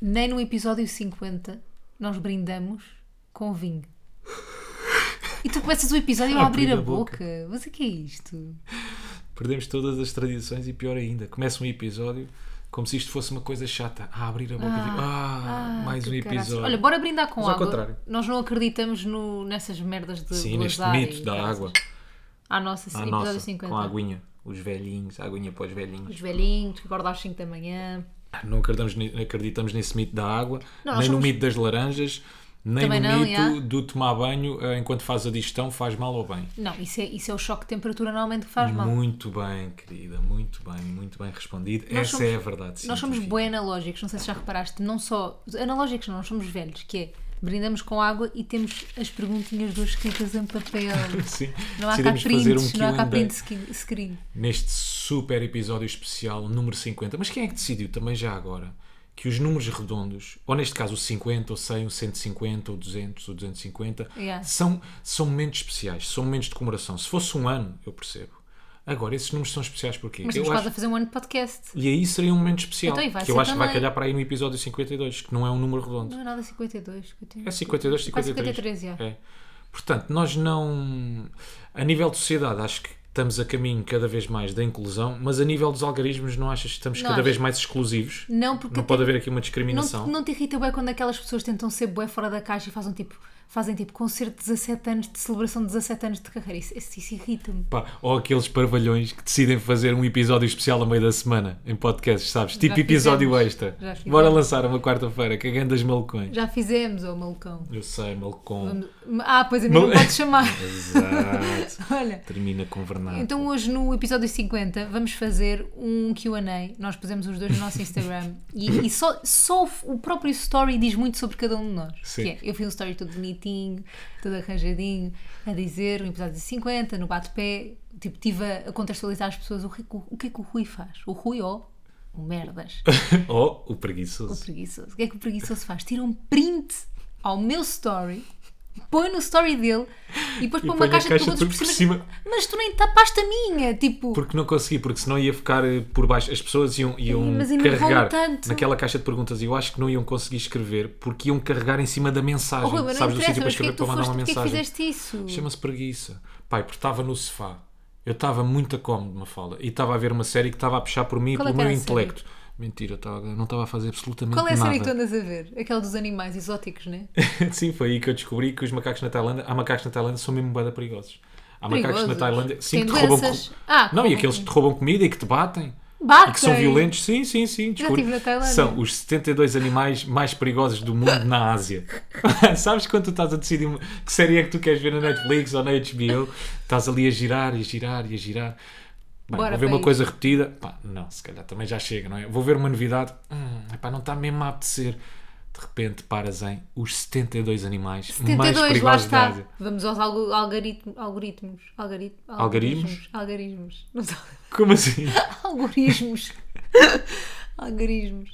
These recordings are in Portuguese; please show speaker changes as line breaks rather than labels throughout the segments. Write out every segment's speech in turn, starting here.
nem no episódio 50 nós brindamos com vinho. E tu começas o episódio a abrir a boca. Mas o que é isto?
Perdemos todas as tradições e pior ainda, começa um episódio como se isto fosse uma coisa chata. Ah, abrir a boca e digo, ah,
Ah,
mais
que
um
caraças.
episódio.
Olha, bora brindar com
Mas ao
água.
contrário.
Nós não acreditamos no- nessas merdas de
Sim,
do
neste
azar
mito
e
da
caraças.
água.
À nossa, sim,
À
episódio
nossa,
50.
com a aguinha. Os velhinhos, a aguinha para os velhinhos.
Os velhinhos que acordam às 5 da manhã.
Não acreditamos, ne- acreditamos nesse mito da água,
Não, nós
nem no
somos-
mito das laranjas, nem
Também
no
não,
mito
já.
do tomar banho eh, enquanto faz a digestão faz mal ou bem.
Não, isso é, isso é o choque de temperatura normalmente que faz mal.
Muito bem, querida, muito bem, muito bem respondido. Essa
somos-
é a verdade.
Nós somos
científica.
bem analógicos, não sei se já reparaste, não só analógicos, não, nós somos velhos, que é brindamos com água e temos as perguntinhas duas escritas em papel.
Sim,
Não há cá
decidimos fazer um
prints, não há cá
Q&A.
print screen- screen.
neste super episódio especial, o número 50. Mas quem é que decidiu também já agora que os números redondos, ou neste caso o 50, ou 100, o 150, ou 200, ou 250,
Yeah.
são, são momentos especiais, são momentos de comemoração. Se fosse um ano, eu percebo. Agora, esses números são especiais porque
Mas
eu
estamos
acho...
quase a fazer um ano de podcast.
E aí seria um momento especial,
Então, e vai
que eu
ser
acho que vai
também.
calhar para aí no episódio 52, que não é um número redondo.
Não é nada 52, 52.
É 52,
um. Quase
53.
53, já.
É. Portanto, nós não. A nível de sociedade, acho que estamos a caminho cada vez mais da inclusão, mas a nível dos algarismos, não achas que estamos
Não
cada
acho.
vez mais exclusivos?
Não, porque
Não
até-
pode haver aqui uma
não,
discriminação.
não te irrita bem quando aquelas pessoas tentam ser bué fora da caixa e fazem tipo, fazem tipo concerto de 17 anos, de celebração de 17 anos de carreira. Isso, isso, isso irrita-me.
Pá, ou aqueles parvalhões que decidem fazer um episódio especial a meio da semana em podcasts, sabes? Tipo episódio
fizemos.
extra.
Já fizemos.
Bora lançar uma quarta-feira, cagando as malucões.
Já fizemos, ó malucão.
Eu sei, malucão.
Vamos- Ah, pois ainda não
Mal-
podes chamar.
Exato.
Olha.
Termina com Bernardo.
Então hoje no episódio 50 vamos fazer um Q&A, nós pusemos os dois no nosso Instagram e, e só, só o o próprio story diz muito sobre cada um de nós.
Sim.
Que é, eu fiz um story todo bonitinho, todo arranjadinho, a dizer no episódio 50, no bate-pé, tipo, estive a, a contextualizar as pessoas o, que- o- o que é que o Rui faz. O Rui, ó, o merdas,
oh, o
o
preguiçoso.
preguiçoso. O que é que o preguiçoso faz? Tira um print ao meu story, põe no story dele e depois põe
põe
uma
na
caixa,
caixa
de perguntas
por-
por
por
cima.
cima.
Mas tu nem tapaste a minha, tipo...
Porque não consegui, porque senão ia ficar eh, por baixo. As pessoas iam, iam
Mas ainda vão
carregar
tanto.
naquela caixa de perguntas e eu acho que não iam conseguir escrever porque iam carregar em cima da mensagem.
Oh, Rui, mas não
sabes, do
interessa, mas
sítio para
porque é
escrever
que
para
tu
mandar
foste,
uma
porque é que
mensagem.
fizeste isso?
Chama-se preguiça. Pai, porque estava no sofá. Eu estava muito a cómodo, uma fala. E estava a ver uma série que estava a puxar por mim e
Qual é
pelo
que
meu
era a série?
intelecto. Mentira, eu estava- não estava a fazer absolutamente
Qual é a
nada.
série que tu andas a ver? Aquela dos animais exóticos, né?
Sim, foi aí que eu descobri que os macacos na Tailândia, há macacos na Tailândia que são mesmo bada perigosos. Há macacos na
Perigosos?
Tailândia, sim,
Têm
que te roubam,
doenças?
co-
Ah, que
não, e
roubam
aqueles que te roubam comida e que te batem.
Batem!
E que são violentos, sim, sim, sim. descobri.
estive na Tailândia.
São os 72 animais mais perigosos do mundo na Ásia. Sabes quando tu estás a decidir uma- que série é que tu queres ver na Netflix ou na HBO? Estás ali a girar e a girar e a girar. Bem,
Bora
vou
para
ver uma
isso.
coisa repetida. Pá, não, se calhar também já chega, não é? Vou ver uma novidade. Hum, epá, não está mesmo a apetecer. De repente paras em os 72 animais mais
72, lá
perigosos da
está.
Ásia.
Vamos aos algo- algoritmo- algoritmos. Algori- Algarismos.
Algarismos?
Algarismos. Não são-
Como assim?
Algorismos. Algarismos.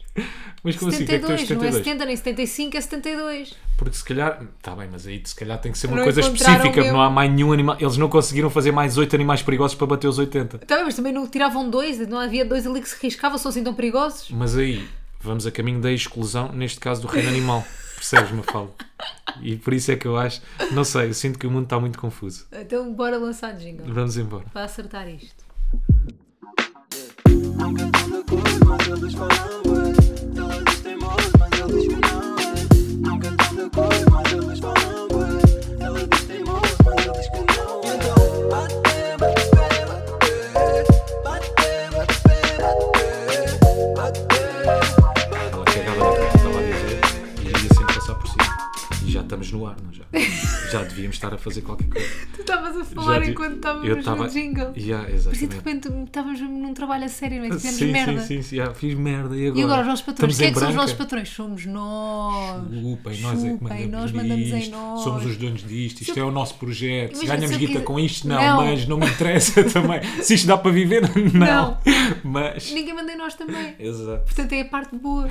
Mas como assim? O que é que tem os
72, não é
72?
70 nem 75, é 72.
Porque se calhar. Está bem, mas aí se calhar tem que ser uma
Não
coisa
encontraram
específica.
mesmo.
Não há mais nenhum animal. Eles não conseguiram fazer mais 8 animais perigosos para bater os 80.
Tá bem, mas também não tiravam dois, não havia dois ali que se riscavam, são assim tão perigosos.
Mas aí vamos a caminho da exclusão, neste caso do reino animal. Percebes-me, falo? E por isso é que eu acho. Não sei, eu sinto que o mundo está muito confuso.
Então bora lançar jingle
Vamos embora.
para acertar isto.
Nunca tão de acordo, mas eles falam ué. Todos teimosos, mas ele diz que não é. Nunca tão de acordo, mas eles falam ué. Ela diz teimoso, mas ele diz que não é. Então, bate, bate, bate, bate, bate, bate, bate.
Ela cagava na que estava a dizer e ia sempre passar por cima. E já estamos no ar, não já? Já devíamos estar a fazer qualquer coisa.
Tu estavas a falar
Já te-
enquanto estávamos
eu
no
estava-
jingle. Parecia
Yeah,
de
exatamente.
repente estávamos num trabalho a sério, não é? Fizemos
Sim,
merda.
sim, sim, sim, ah, fiz merda. E agora?
E agora os nossos patrões.
Estamos
Quem é
em
que são os
branca.
nossos patrões? Somos nós.
Chupem, nós é que
Chupem,
mandamos,
nós mandamos em
disto,
nós.
somos os donos disto, isto é o nosso projeto, se
Imagina,
ganhamos
se eu
guita
quiser-
com isto, não,
Não.
mas não me interessa também. Se isto dá para viver, não.
Não.
Mas.
Ninguém manda em nós também.
Exato.
Portanto, é a parte boa.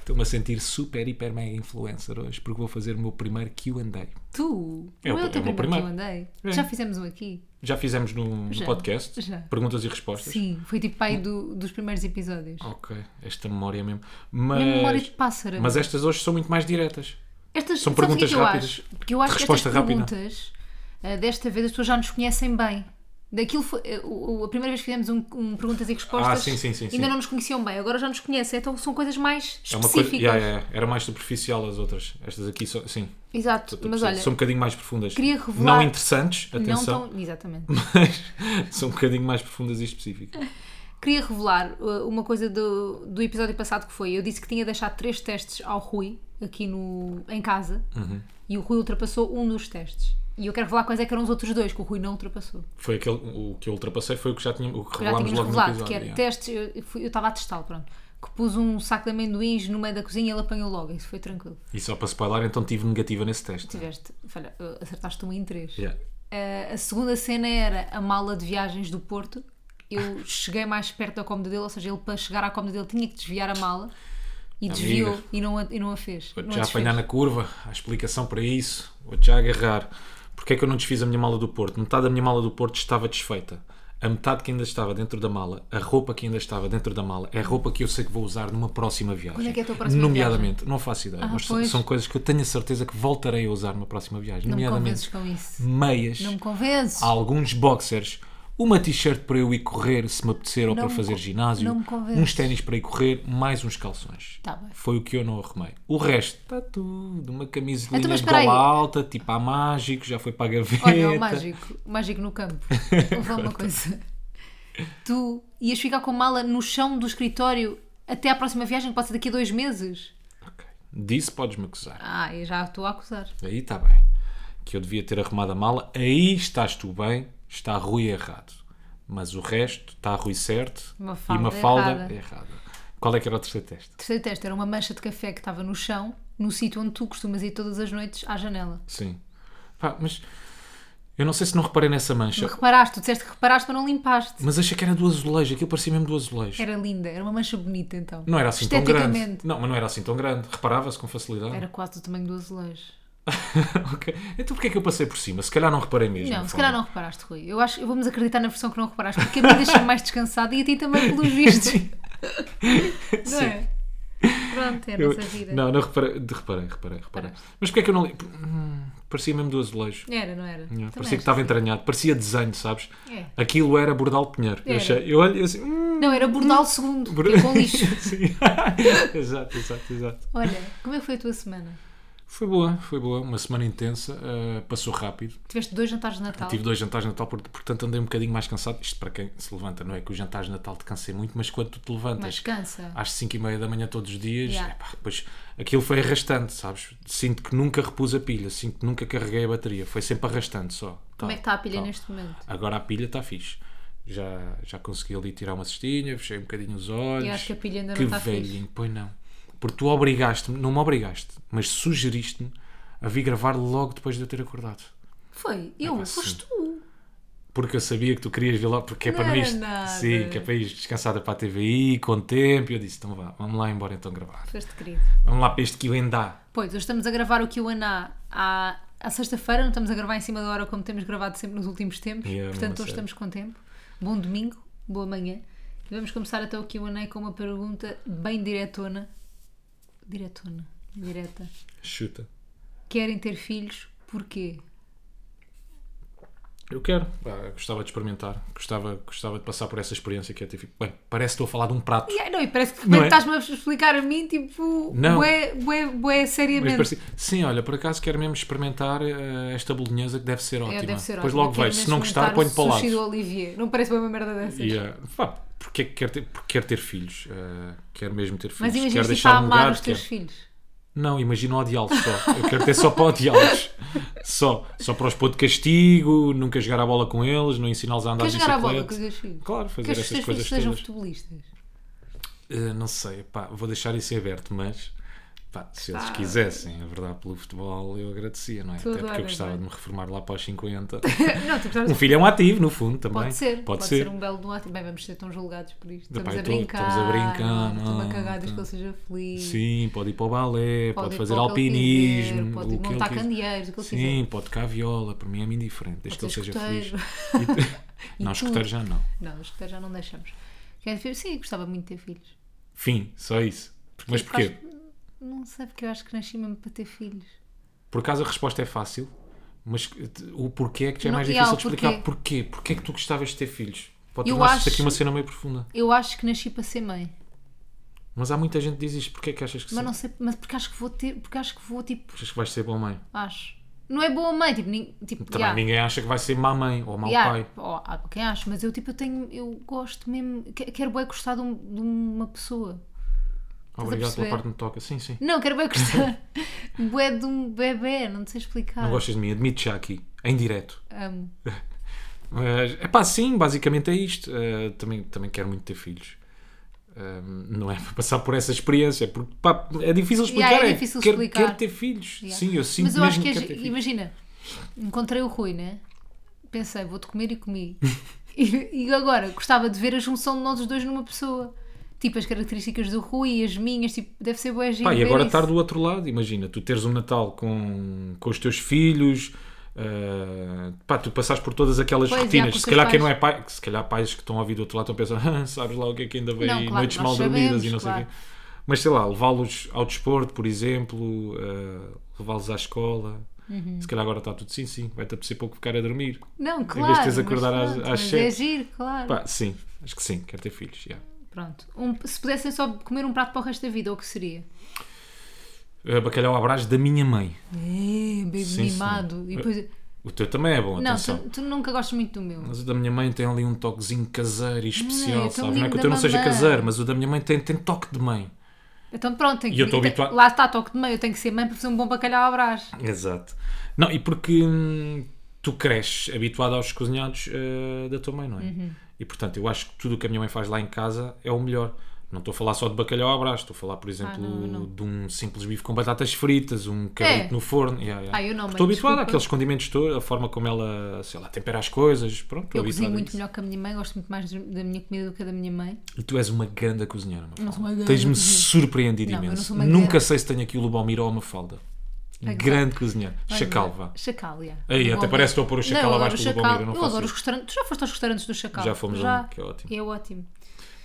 Estou-me a sentir super, hiper, mega influencer hoje, porque vou fazer o meu primeiro QA.
Tu,
É
não
o-
é o teu
é o
primeiro que eu
meu primeiro.
andei?
É.
Já fizemos um aqui.
Já fizemos no, no
Já.
podcast?
Já.
Perguntas e respostas?
Sim, foi tipo
Hum.
pai do- dos primeiros episódios.
Ok, esta memória mesmo. Mas,
Minha memória é de pássaro.
mas estas hoje são muito mais diretas.
Estas
São
sabes o
perguntas
que é que eu
rápidas.
acho? Porque eu acho
De
que
resposta
estas
rápida.
perguntas, ah, desta vez, as pessoas já nos conhecem bem. Daquilo foi, eh, o- o- a primeira vez que fizemos um, um perguntas e respostas,
Ah, sim, sim, sim,
ainda
sim.
não nos conheciam bem, agora já nos conhecem, então são coisas mais específicas.
É uma coisa, yeah, yeah, yeah. Era mais superficial as outras. Estas aqui são, sim,
Exato, mas olha,
são um bocadinho mais profundas.
queria revelar-
Não interessantes,
não
atenção,
tão. Exatamente.
mas são um bocadinho mais profundas e específicas.
Queria revelar uh, uma coisa do, do episódio passado que foi: eu disse que tinha deixado três testes ao Rui aqui no, em casa
Uhum.
e o Rui ultrapassou um dos testes. E eu quero revelar quais é que eram os outros dois que o Rui não ultrapassou.
Foi aquele, o que eu ultrapassei foi o que já tínhamos, o que
Que já
revelámos
tínhamos
logo no
revelado,
episódio.
que era
yeah.
testes, eu eu fui- eu estava a testá-lo, pronto. Que pus um saco de amendoins no meio da cozinha e ele apanhou logo, isso foi tranquilo.
E só para spoiler, então tive negativa nesse teste.
Tiveste, olha, acertaste um em três.
Yeah.
Uh, a segunda cena era a mala de viagens do Porto. Eu cheguei mais perto da cómoda dele, ou seja, ele para chegar à cómoda dele tinha que desviar a mala e
Amiga.
desviou e não a, e não a fez. Não é
Vou-te
a
já
desfez.
apanhar na curva, há explicação para isso, vou-te já agarrar. Porquê é que eu não desfiz a minha mala do Porto? Metade da minha mala do Porto estava desfeita. A metade que ainda estava dentro da mala, a roupa que ainda estava dentro da mala, é a roupa que eu sei que vou usar numa próxima viagem.
Quando é que é a tua próxima
Nomeadamente, não faço ideia,
Ah,
mas são,
pois.
são coisas que eu tenho a certeza que voltarei a usar numa próxima viagem.
Não me convences
nomeadamente,
com isso.
meias,
Não me convences.
alguns boxers, uma t-shirt para eu ir correr se me apetecer ou
Não
para
me
fazer
con-
ginásio,
não me convences.
uns ténis para ir correr, mais uns calções.
Tá bem.
Foi o que eu não arrumei. O resto está tudo, uma camisolinha
Então, mas
de
espera aí.
gola alta, tipo a mágico, já foi para a gaveta.
Olha, é o mágico, o mágico no campo. Houve uma coisa. Tu ias ficar com a mala no chão do escritório até à próxima viagem, que pode ser daqui a dois meses.
Ok. Disso podes-me acusar.
Ah, eu já estou a acusar.
Aí está bem. Que eu devia ter arrumado a mala. Aí estás tu bem, está Rui errado. Mas o resto está Rui certo
Mafalda
e uma falda
errada.
errada. Qual é que era o terceiro teste?
Terceiro teste era uma mancha de café que estava no chão, no sítio onde tu costumas ir todas as noites à janela.
Sim. Pá, mas eu não sei se não reparei nessa mancha,
Reparaste, tu disseste que reparaste, mas não limpaste.
mas achei que era do azulejo, aquilo parecia mesmo do azulejo.
Era linda, era uma mancha bonita então.
Não era assim tão grande.
Esteticamente.
Não, mas não era assim tão grande. Reparava-se com facilidade.
Era quase do tamanho do azulejo.
Ok. Então porquê é que eu passei por cima? Se calhar não reparei mesmo.
Não, se
Fábio.
calhar não reparaste, Rui. Eu acho, eu vou-me acreditar na versão que não reparaste, porque a mim deixa mais descansada e a ti também, pelos vistos. Não é? Pronto, é a
Eu-
nossa vida. Tá.
Não, não reparei, de- reparei, reparei, reparei. Mas porquê é que eu não li? Hum, parecia mesmo do azulejo.
Era, não era? Também
parecia
acho
que estava entranhado, parecia desenho, sabes?
É.
Aquilo era Bordal Pinheiro. Eu,
Era.
achei, eu olho e eu assim. Hum,
Não, era bordal segundo,
Bor-
que é com lixo.
Sim. exato, exato, exato.
Olha, como é que foi a tua semana?
Foi boa, foi boa. Uma semana intensa, ah, passou rápido.
Tiveste dois jantares de Natal.
Tive dois jantares de Natal, por- portanto andei um bocadinho mais cansado. Isto para quem se levanta, não é que os jantares de Natal te cansei muito, mas quando tu te levantas
Mas cansa.
às 5 e meia da manhã todos os dias,
Yeah.
epá, depois aquilo foi arrastante, sabes? Sinto que nunca repus a pilha, sinto que nunca carreguei a bateria, foi sempre arrastante só.
Como
Tal,
é que está a pilha
tal.
neste momento?
Agora a pilha está fixe. Já, já consegui ali tirar uma cestinha, fechei um bocadinho os olhos.
Eu acho que a pilha ainda
Que
não está
velhinho,
fixe.
pois não. Porque tu obrigaste-me, não me obrigaste, mas sugeriste-me a vir gravar logo depois de eu ter acordado.
Foi, eu,
Epá,
foste
sim.
tu.
Porque eu sabia que tu querias vir lá, porque é
Não
para não
era
isto.
nada.
Sim, que é para ir descansada para a TVI, com tempo. E eu disse, então vá, vamos lá embora então gravar.
Foste querido.
Vamos lá para este Q&A.
Pois, hoje estamos a gravar o QA à, à sexta-feira, não estamos a gravar em cima da hora como temos gravado sempre nos últimos tempos.
Yeah,
Portanto,
mesmo a
hoje
sério.
estamos com tempo. Bom domingo, boa manhã. E vamos começar até o QA com uma pergunta bem diretona. Diretona, direta.
Chuta.
Querem ter filhos, porquê?
Eu quero. Pá, gostava de experimentar. Gostava, gostava de passar por essa experiência que é ter filho. Bem, parece que estou a falar de um prato.
E, aí, não, e parece que de
Não
repente
é?
estás-me a explicar a mim, tipo,
Não.
bué, bué, bué seriamente.
Mas parecia- Sim, olha, por acaso quero mesmo experimentar eh, esta bolinhesa que deve ser
É,
ótima.
deve ser
Depois
ótimo.
logo
Quero
vejo. Se
mesmo
não gostar,
experimentar
ponho
o
para o
Sushi do
lado.
Olivier. Não parece bem uma merda dessas.
E, eh, pá, porque é que quero ter, porque quero ter filhos? Eh, quero mesmo ter filhos.
Mas imagina
quero
que está a
deixar um
amar
legado.
os teus
quero-
filhos.
Não, imagina odiá-los só. Eu quero ter só para odiá-los. Só. Só para os pôr de castigo, nunca jogar a bola com eles, não ensiná-los a andar
Queres
de
jogar à
bicicleta.
bola com os teus filhos?
Claro, fazer
Queres que os
essas
teus filhos
coisas
sejam
todas. Eh,
futebolistas?
Uh, não sei, pá, vou deixar isso em aberto, mas Pá, se eles quisessem, a verdade, pelo futebol, eu agradecia, não é?
Tu
Até porque eu
adoras,
gostava
não é?
de me reformar lá para os 50.
não, tu precisas-
Um filho é um ativo, no fundo, também.
Pode ser, pode,
Pode
ser.
ser.
um belo de um ato. Bem, vamos ser tão julgados por isto.
Epá,
Estamos a
eu tô-
brincar.
estamos a brincar,
Estou a
não,
cagar desde
tá.
que ele seja feliz.
Sim, pode ir para o balé, pode,
ir
fazer
para o que ele quiser,
alpinismo,
pode
o que ele
montar
quiser.
candeeiros, o que ele
Sim,
quiser.
pode tocar viola, para mim é-me indiferente, desde
Pode
que
ser
ele seja feliz.
escoteiro.
E-
E
não,
tudo.
escutar já não.
Não, os que já não deixamos. Quer dizer, sim, gostava muito de ter filhos.
Fim, só isso. Mas porquê?
Não sei, porque eu acho que nasci mesmo para ter filhos.
Por acaso a resposta é fácil, mas o porquê é que já é
Não,
mais
e há
difícil
o
de
porquê.
explicar. Porquê? Porquê é que tu gostavas de ter filhos? Pode
Eu
tornar-se isto
acho-
aqui uma cena meio profunda.
Eu acho que nasci para ser mãe.
Mas há muita gente que diz isto. Porquê é que achas que
Mas
sim?
não sei, mas porque acho que vou ter, porque acho que vou, tipo,
Achas que vais ser boa mãe?
acho. Não é boa mãe, tipo, nin- tipo
Também
yeah,
ninguém acha que vai ser má mãe ou mau
yeah,
pai.
ó, há quem acha, mas eu, tipo, eu tenho, eu gosto mesmo, que- quero bem gostar de, um- de uma pessoa.
Obrigado pela
perceber?
parte que me toca. Sim, sim.
Não, quero bem gostar bué de um bebê, não sei explicar.
Não gostas de mim, admito já aqui, em direto.
Amo.
Mas, é pá, sim, basicamente é isto. Eh, também, também quero muito ter filhos. Eh, não é para passar por essa experiência, porque pá, é difícil explicar.
Yeah, é
é.
difícil
quero,
explicar.
quero ter filhos.
Yeah.
Sim, eu sinto
Mas eu
mesmo
acho que,
que
é
quero
gi-
ter filhos.
imagina, encontrei o Rui, né? Pensei, vou-te comer e comi. E, e agora gostava de ver a junção de nós os dois numa pessoa. Tipo, as características do Rui e as minhas, tipo, deve ser boa giro.
Pá, e
ver
agora
isso.
estar do outro lado, imagina, tu teres um Natal com, com os teus filhos, eh, pá, tu passares por todas aquelas
Pois, já,
rotinas.
com os
se calhar
teus
quem não é pai, se calhar pais que estão a ouvir do outro lado estão a pensar, "Ah, sabes lá o que é que ainda vem
Não,
aí,
claro,
noites
nós
mal dormidas
sabemos,
e não sei o
claro.
quê. Mas sei lá, levá-los ao desporto, por exemplo, eh, levá-los à escola.
Uhum.
Se calhar agora está tudo sim, sim, vai-te apetecer pouco ficar a dormir.
Não,
vez de
claro.
teres
mas
acordar às-
pronto,
às
mas
sete.
É giro, claro.
Pá, sim, acho que sim, quero ter filhos. yeah.
Pronto. Um- se pudessem só comer um prato para o resto da vida, o que seria?
Eh, bacalhau à brás da minha mãe.
É, bem
Sim,
mimado. E depois-
O teu também é bom,
Não,
atenção.
tu, tu nunca gostas muito do meu.
Mas o da minha mãe tem ali um toquezinho caseiro e especial,
eu tô
sabes? Não é que o
linda
teu não seja
mamãe.
caseiro, mas o da minha mãe tem, tem toque de mãe.
Então pronto, tem que
E eu tô
tem-
habituado-
Lá está, toque de mãe, eu tenho que ser mãe para fazer um bom bacalhau à brás.
Exato. Não, e porque hum, tu cresces habituado aos cozinhados eh, da tua mãe, não é?
Uhum.
E portanto, eu acho que tudo o que a minha mãe faz lá em casa é o melhor. Não estou a falar só de bacalhau à brás, estou a falar, por exemplo,
Ah, não, eu não.
de um simples bife com batatas fritas, um cabrito no forno. Yeah, yeah.
Ah, eu não,
Porque
mãe,
Estou habituado
desculpa.
àqueles condimentos todos, a forma como ela, sei lá, tempera as coisas, pronto, estou
Eu cozinho
habituado a
muito
isso.
melhor que a minha mãe, gosto muito mais de- da minha comida do que a da minha mãe.
E tu és uma grande cozinheira, Mafalda.
sou uma grande
Tens-me
cozinheira.
surpreendido
Não, eu não
imenso.
sou uma
Nunca
grande-
sei se tenho aqui o Lubomir ou a Mafalda. Grande cozinheira. Chacal, vá.
Chacal, yeah.
Aí,
Eu
até
amo.
parece que estou a pôr o Chacal
Não, eu
abaixo
adoro
do
Chacal.
Lubomir, eu não
Eu
faço
adoro os
isso.
restaurantes. Tu já foste aos restaurantes do Chacal?
Já fomos a um, que é ótimo.
É ótimo.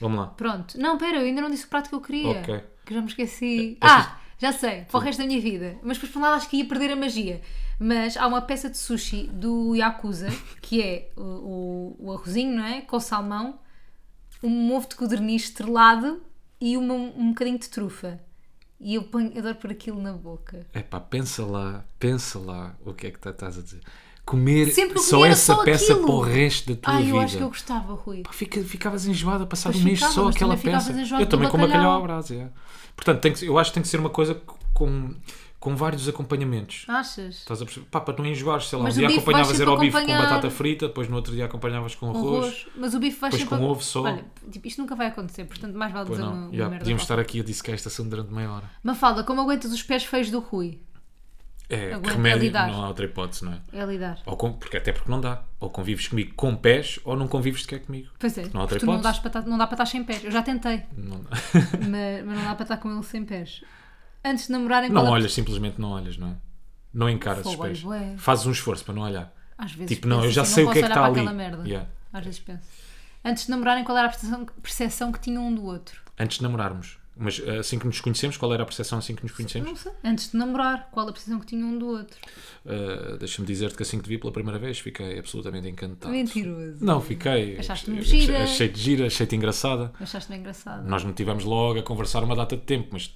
Vamos lá.
Pronto. Não, pera, eu ainda não disse o prato que eu queria.
Ok.
Que já me esqueci.
É- essas-
Ah, já sei. Para o resto da minha vida. Mas depois, por um lado, acho que ia perder a magia. Mas há uma peça de sushi do Yakuza, que é o, o, o arrozinho, não é? Com salmão, um ovo de codorniz estrelado e uma- um bocadinho de trufa. E eu ponho, adoro pôr aquilo na boca.
Epá, pensa lá, pensa lá o que é que tá- estás a dizer. Comer
Sempre que eu
só
comia era
essa
só
peça
aquilo.
para o resto da tua
Ai,
vida.
eu acho que eu gostava, Rui.
Pá, fica- ficavas enjoada a passar
Pois
um mês
ficava,
só
mas
aquela
também ficavas
peça.
enjoada
Eu
do
também com
bacalhau.
bacalhau à brás, é. Portanto, tem que, ser- eu acho que tem que ser uma coisa com, com vários acompanhamentos.
Achas?
Estás a perceber? Pá, para tu não enjoares, sei lá,
Ah. Mas
um
o
dia
bife
acompanhavas
vais
era o
sempre
bife com
acompanhar-
batata frita, depois no outro dia acompanhavas com
Com
arroz.
Um arroz. Mas o bife vai
Depois
sempre...
com ovo só.
Olha, tipo, isto nunca vai acontecer, portanto mais vale
Pois
dizer
não,
uma, uma
já,
merda. qualquer.
podíamos estar aqui a dissecar esta assunto durante meia hora.
Mafalda, como aguentas os pés feios do Rui?
É,
Aguenta
que remédio,
lidar.
não há outra hipótese, não é?
É lidar.
Ou com- porque até porque não dá. Ou convives comigo com pés, ou não convives sequer comigo.
Pois é,
Porque não há outra
tu não,
hipótese.
dás para estar, não dá para estar sem pés. Eu já tentei,
Não, dá.
mas, mas não dá para estar com ele sem pés. Antes de namorarem,
Não
qual a-
olhas, simplesmente não olhas, não é? Não encaras os
Fogo,
pés.
olho, bué.
Fazes um esforço para não olhar.
Às vezes
Tipo, não,
penso
eu já
assim,
sei o que é que
posso
está
olhar
ali.
para aquela merda.
Yeah.
Às vezes penso. Antes de namorarem, qual era a percepção, percepção que tinham um do outro?
Antes de namorarmos. Mas assim que nos conhecemos, qual era a percepção assim que nos conhecemos?
Não sei. Antes de namorar, qual a percepção que tinham um do outro?
Uh, Deixa-me dizer-te que assim que te vi pela primeira vez fiquei absolutamente encantado.
Mentiroso.
Não, fiquei.
Achaste-me
Eu-
gira.
Achei-te gira, achei-te engraçada.
Achaste-me engraçado.
Nós não tivemos logo a conversar uma data de tempo, mas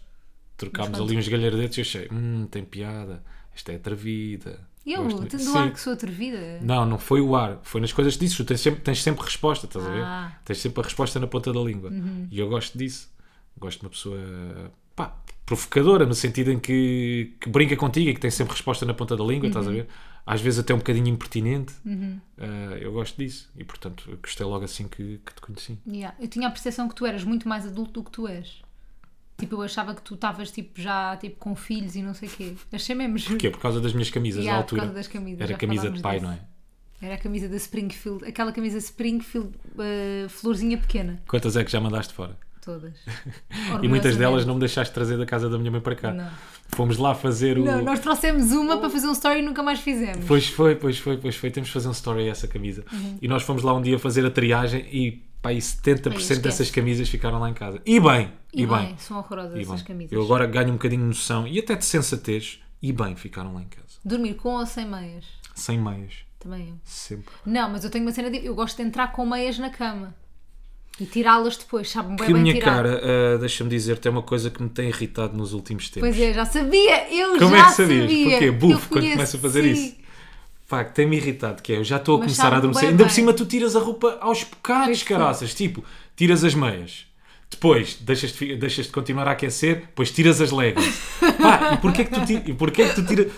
trocámos ali uns galhardetes e eu achei, hum, tem piada, esta é atrevida.
E eu,
Gosto muito."
tendo
Sim.
o ar que sou atrevida.
Não, não foi o ar, foi nas coisas que disse. Tu tens sempre, tens sempre resposta, estás a
Ah. Uhum.
ver? Tens sempre a resposta na ponta da língua. E eu gosto disso. Gosto de uma pessoa pá, provocadora, no sentido em que, que brinca contigo e que tem sempre resposta na ponta da língua, estás a
Uhum.
ver? Às vezes até um bocadinho impertinente. Ah, eu gosto disso. E portanto, eu gostei logo assim que, que te conheci.
Yeah. Eu tinha a percepção que tu eras muito mais adulto do que tu és. Tipo, eu achava que tu estavas tipo, já tipo, com filhos e não sei o quê. Achei mesmo. juro.
Porquê? Por causa das minhas camisas
Yeah,
à
por
altura.
causa das camisas,
Era
já
camisa de
falámos
pai,
disso.
não é?
Era a camisa da Springfield, aquela camisa Springfield eh, florzinha pequena,
Quantas é que já mandaste fora?
todas.
E muitas
Orgulhosamente.
delas não me deixaste trazer da casa da minha mãe para cá.
Não.
Fomos lá fazer o.
Não, nós trouxemos uma para fazer um story e nunca mais fizemos.
Pois Oh. foi, pois foi, pois foi. Temos de fazer um story a essa camisa. E nós fomos lá um dia fazer a triagem e pá, aí 70%
Uhum. Ai, esquece.
dessas camisas ficaram lá em casa. E bem, e, bem.
é? são horrorosas
e
essas
bem.
camisas.
Eu agora ganho um bocadinho de noção e até de sensatez. E bem, ficaram lá em casa.
Dormir com ou sem meias?
Sem meias.
Também eu.
Sempre.
Não, mas eu tenho uma cena de. Eu gosto de entrar com meias na cama e tirá-las depois, sabe-me bem,
que
bem
minha
tirar.
cara, ah, deixa-me dizer-te, é uma coisa que me tem irritado nos últimos tempos.
Pois é, já sabia, eu
Como
já
é que sabias?
sabia.
Porquê?
Eu
Bufo, quando
conheço,
começa a fazer
sim.
isso. Pá, que tem-me irritado, que é, eu já estou a
Mas
começar a
sabe
adormecer.
bem,
Ainda por
bem.
cima tu tiras a roupa aos
Pois
bocados,
foi.
caraças. Tipo, tiras as meias. Depois, deixas de, fi- deixas de continuar a aquecer, depois tiras as legas. Pá, e porquê é que tu tiras... Porquê é que tu tira...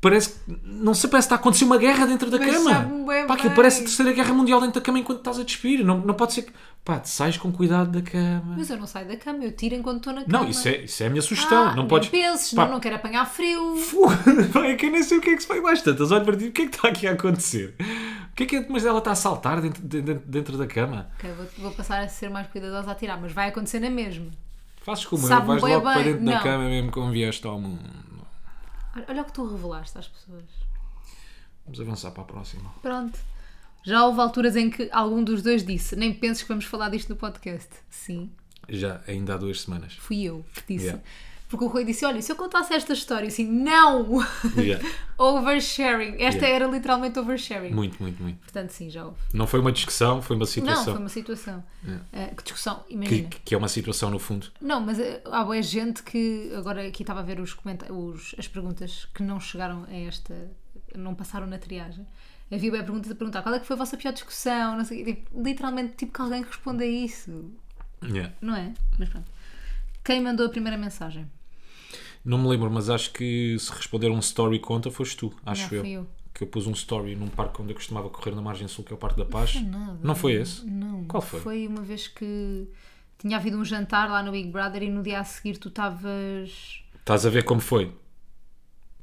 Parece que... Não sei, parece que está a acontecer uma guerra dentro da
Mas
cama.
sabe-me bem
Pá, aquilo
bem.
parece a Terceira Guerra Mundial dentro da cama enquanto estás a despir. Não, não pode ser que... Pá, te sais com cuidado da cama.
Mas eu não saio da cama, eu tiro enquanto estou na cama.
Não, isso é, isso é a minha sugestão.
Ah,
não podes...
penses,
Pá,
não, não quero apanhar frio.
Foda-se, pá, é que eu nem sei o que é que se faz mais tantas. Olho para ti, o que é que está aqui a acontecer? O que é que é? Mas ela está a saltar dentro, de- dentro, dentro da cama.
Ok, vou, vou passar a ser mais cuidadosa a tirar, mas vai acontecer na mesma.
Fazes como eu,
Sabe-me
vais
bué
logo
bem.
para dentro da
Não.
cama mesmo como vieste ao mundo.
Olha- Olha o que tu revelaste às pessoas.
Vamos avançar para a próxima.
Pronto. Já houve alturas em que algum dos dois disse: Nem penses que vamos falar disto no podcast. Sim,
Já, ainda há duas semanas.
fui eu que disse.
Yeah.
Porque o Rui disse: Olha, se eu contasse esta história, eu assim, não!
Já.
oversharing. Esta
Yeah.
era literalmente oversharing.
Muito, muito, muito.
Portanto, sim, já houve.
Não foi uma discussão, foi uma
Não, foi
situação.
uma situação. Ah, que discussão,
que,
imagina.
É. que é uma situação no fundo.
Não, mas eh, há boa gente que agora aqui estava a ver os comenta- os, as perguntas que não chegaram a esta, não passaram na triagem. Havia bem perguntas a perguntar qual é que foi a vossa pior discussão, não sei, o quê. tipo, literalmente tipo que alguém responda a isso,
Já.
não é? Mas pronto. Quem mandou a primeira mensagem?
Não me lembro, mas acho que se responder um story conta foste tu, acho
Não,
eu.
fui eu.
Que eu pus um story num parque onde eu costumava correr na margem sul, que é o Parque da Paz.
nada.
Não foi esse?
Não.
Qual é foi?
Foi uma vez que tinha havido um jantar lá no Big Brother e no dia a seguir tu estavas.
Estás a ver como foi?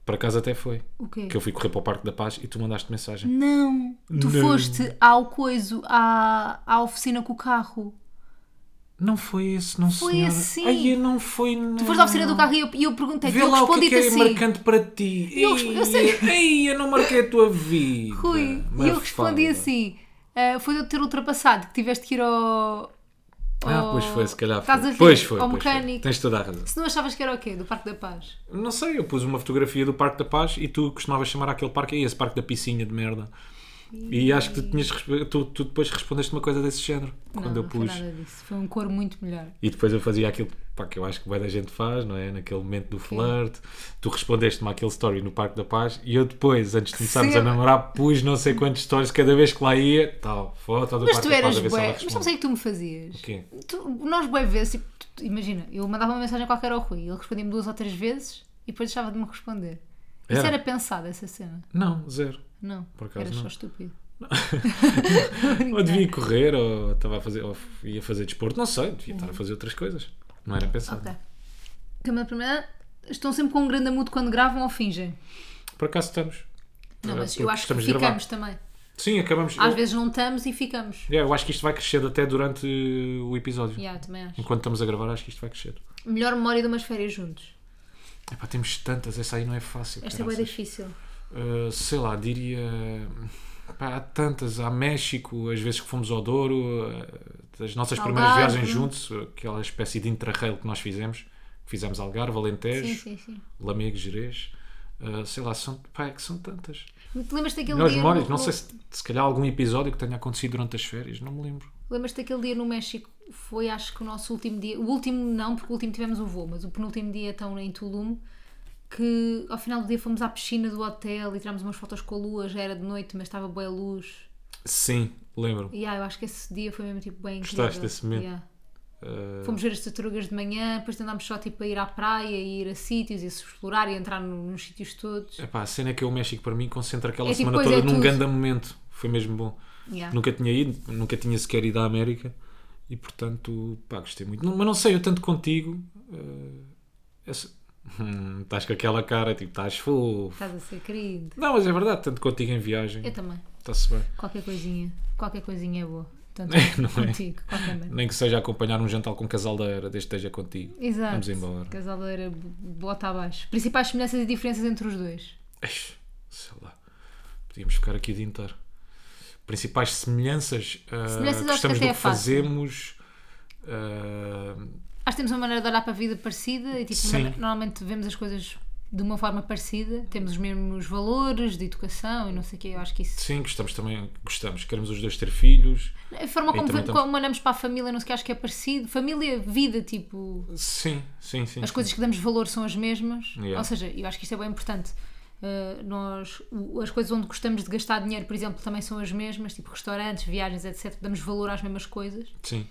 Por acaso até foi.
O quê?
Que eu fui correr para o Parque da Paz e tu mandaste mensagem.
Não! Tu
Não.
foste ao coiso, à, à oficina com o carro.
Não foi esse, não
Foi
senhora.
esse, sim.
Aí não foi, não.
Tu foste à oficina do carro e eu, e eu perguntei,
Vê
eu
lá o que é,
respondi-te
que é
assim.
marcante para ti.
E eu respondi- eu sei.
Ei, eu não marquei a tua vida.
Rui, e eu
Mafalda.
respondi assim: "Ah, foi de eu ter ultrapassado, que tiveste que ir ao.
Ah,
ao-
pois foi, se calhar foi.
"Oh, Estás a ver?
Pois foi,
Ao
pois foi.
mecânico.
Tens toda a razão.
Se não achavas que era o quê? Do Parque da Paz?
Não sei, eu pus uma fotografia do Parque da Paz e tu costumavas chamar aquele parque, "Ei, esse parque da piscinha de merda. E acho que tu, tinhas, resp- tu, tu depois respondeste uma coisa desse género. quando
não,
eu
não foi
pus.
nada disso. Foi um cor muito melhor.
E depois eu fazia aquilo pá, que eu acho que bem da gente faz, não é? Naquele momento do flerte. Tu respondeste-me àquele story no Parque da Paz e eu depois, antes de começarmos a
cena!
namorar, pus não sei quantos stories cada vez que lá ia. Tal, foto do
Mas
Parque
tu
da Paz
eras
a ver se ela
bué. Mas não
responde.
sei o que tu me fazias.
O quê?
Tu- nós bué vezes, tipo, tu- tu- imagina, eu mandava uma mensagem qualquer ao Rui, ele respondia-me duas ou três vezes e depois deixava de me responder. Isso
Era?
era pensado, essa cena?
Não, zero.
Não.
Por acaso
era
não.
só estúpido.
Ou devia correr, ou estava a fazer, ou ia fazer desporto, não sei, devia estar a fazer outras coisas. Não era pensado.
Uhum. Ok. Câmara primeira, estão sempre com um grande amudo quando gravam ou fingem?
Por acaso estamos.
Não,
Era
mas eu
porque
acho que
estamos a gravar.
ficamos também.
Sim, acabamos.
Às
eu,
vezes não estamos e ficamos.
Yeah, eu acho que isto vai crescer até durante uh, o episódio.
Yeah, eu também acho.
Enquanto estamos a gravar, acho que isto vai crescer.
Melhor memória de umas férias juntos.
Epá, temos tantas, essa aí não é fácil.
Esta é bem
caraças.
difícil.
Uh, sei lá, diria. pá, há tantas, há México, as vezes que fomos ao Douro, uh, as nossas primeiras
Algarve.
viagens juntos, aquela espécie de interrail que nós fizemos, fizemos Algarve,
Sim,
Alentejo,
sim, sim.
Lamego, Gerês, uh, sei lá, são, pá, é que são tantas.
Te lembras daquele
Melhores
dia.
memórias,
no-
não sei se, se calhar algum episódio que tenha acontecido durante as férias, não me lembro.
Lembras-te daquele dia no México? Foi, acho que, o nosso último dia. O último não, porque o último tivemos um voo, mas o penúltimo dia, então, em Tulum, que ao final do dia fomos à piscina do hotel e tirámos umas fotos com a lua. Já era de noite, mas estava boa luz.
Sim, lembro.
E ah, eu acho que esse dia foi mesmo, tipo, bem incrível.
Gostaste desse momento?
Yeah.
Uh,
Fomos ver as tartarugas de manhã, depois andámos só, tipo, a ir à praia e ir a sítios e se explorar e entrar no- nos sítios todos.
epá, a cena é que o México para mim concentra aquela
É tipo,
semana
pois
toda
é
num
tudo.
grande momento. Foi mesmo bom.
Yeah.
Nunca tinha ido, nunca tinha sequer ido à América E portanto, pá, gostei muito. Não- mas não sei, eu tanto contigo. eh, essa- Hum, estás com aquela cara, tipo, estás fofo.
Estás a ser querido.
Não, mas é verdade, tanto contigo em viagem.
Eu também.
Está-se bem.
Qualquer coisinha. Qualquer coisinha é boa. Tanto
Não é?
contigo, qualquer maneira.
Nem que seja acompanhar um jantar com um casal da era, desde que esteja contigo.
Exato.
Vamos embora.
Casaldeira, b- bota abaixo. Principais semelhanças e diferenças entre os dois.
Eish, sei lá. Podíamos ficar aqui o dia inteiro. Principais semelhanças. ah,
Semelhanças acho que
gostamos
até
do que
é fácil.
fazemos. ah,
Acho que temos uma maneira de olhar para a vida parecida e tipo,
Sim.
no- normalmente vemos as coisas de uma forma parecida. Temos os mesmos valores de educação e não sei o quê. Eu acho que isso.
sim, gostamos também. Gostamos. Queremos os dois ter filhos.
A forma
Aí
como,
também
ve-
estamos-
como olhamos para a família, não sei o que, acho que é parecido. Família, vida, tipo.
Sim, sim, sim.
as
sim.
coisas que damos valor são as mesmas.
Yeah.
Ou seja, eu acho que isto é bem importante. Uh, nós, o- as coisas onde gostamos de gastar dinheiro, por exemplo, também são as mesmas, tipo restaurantes, viagens, etc. Damos valor às mesmas coisas.
Sim.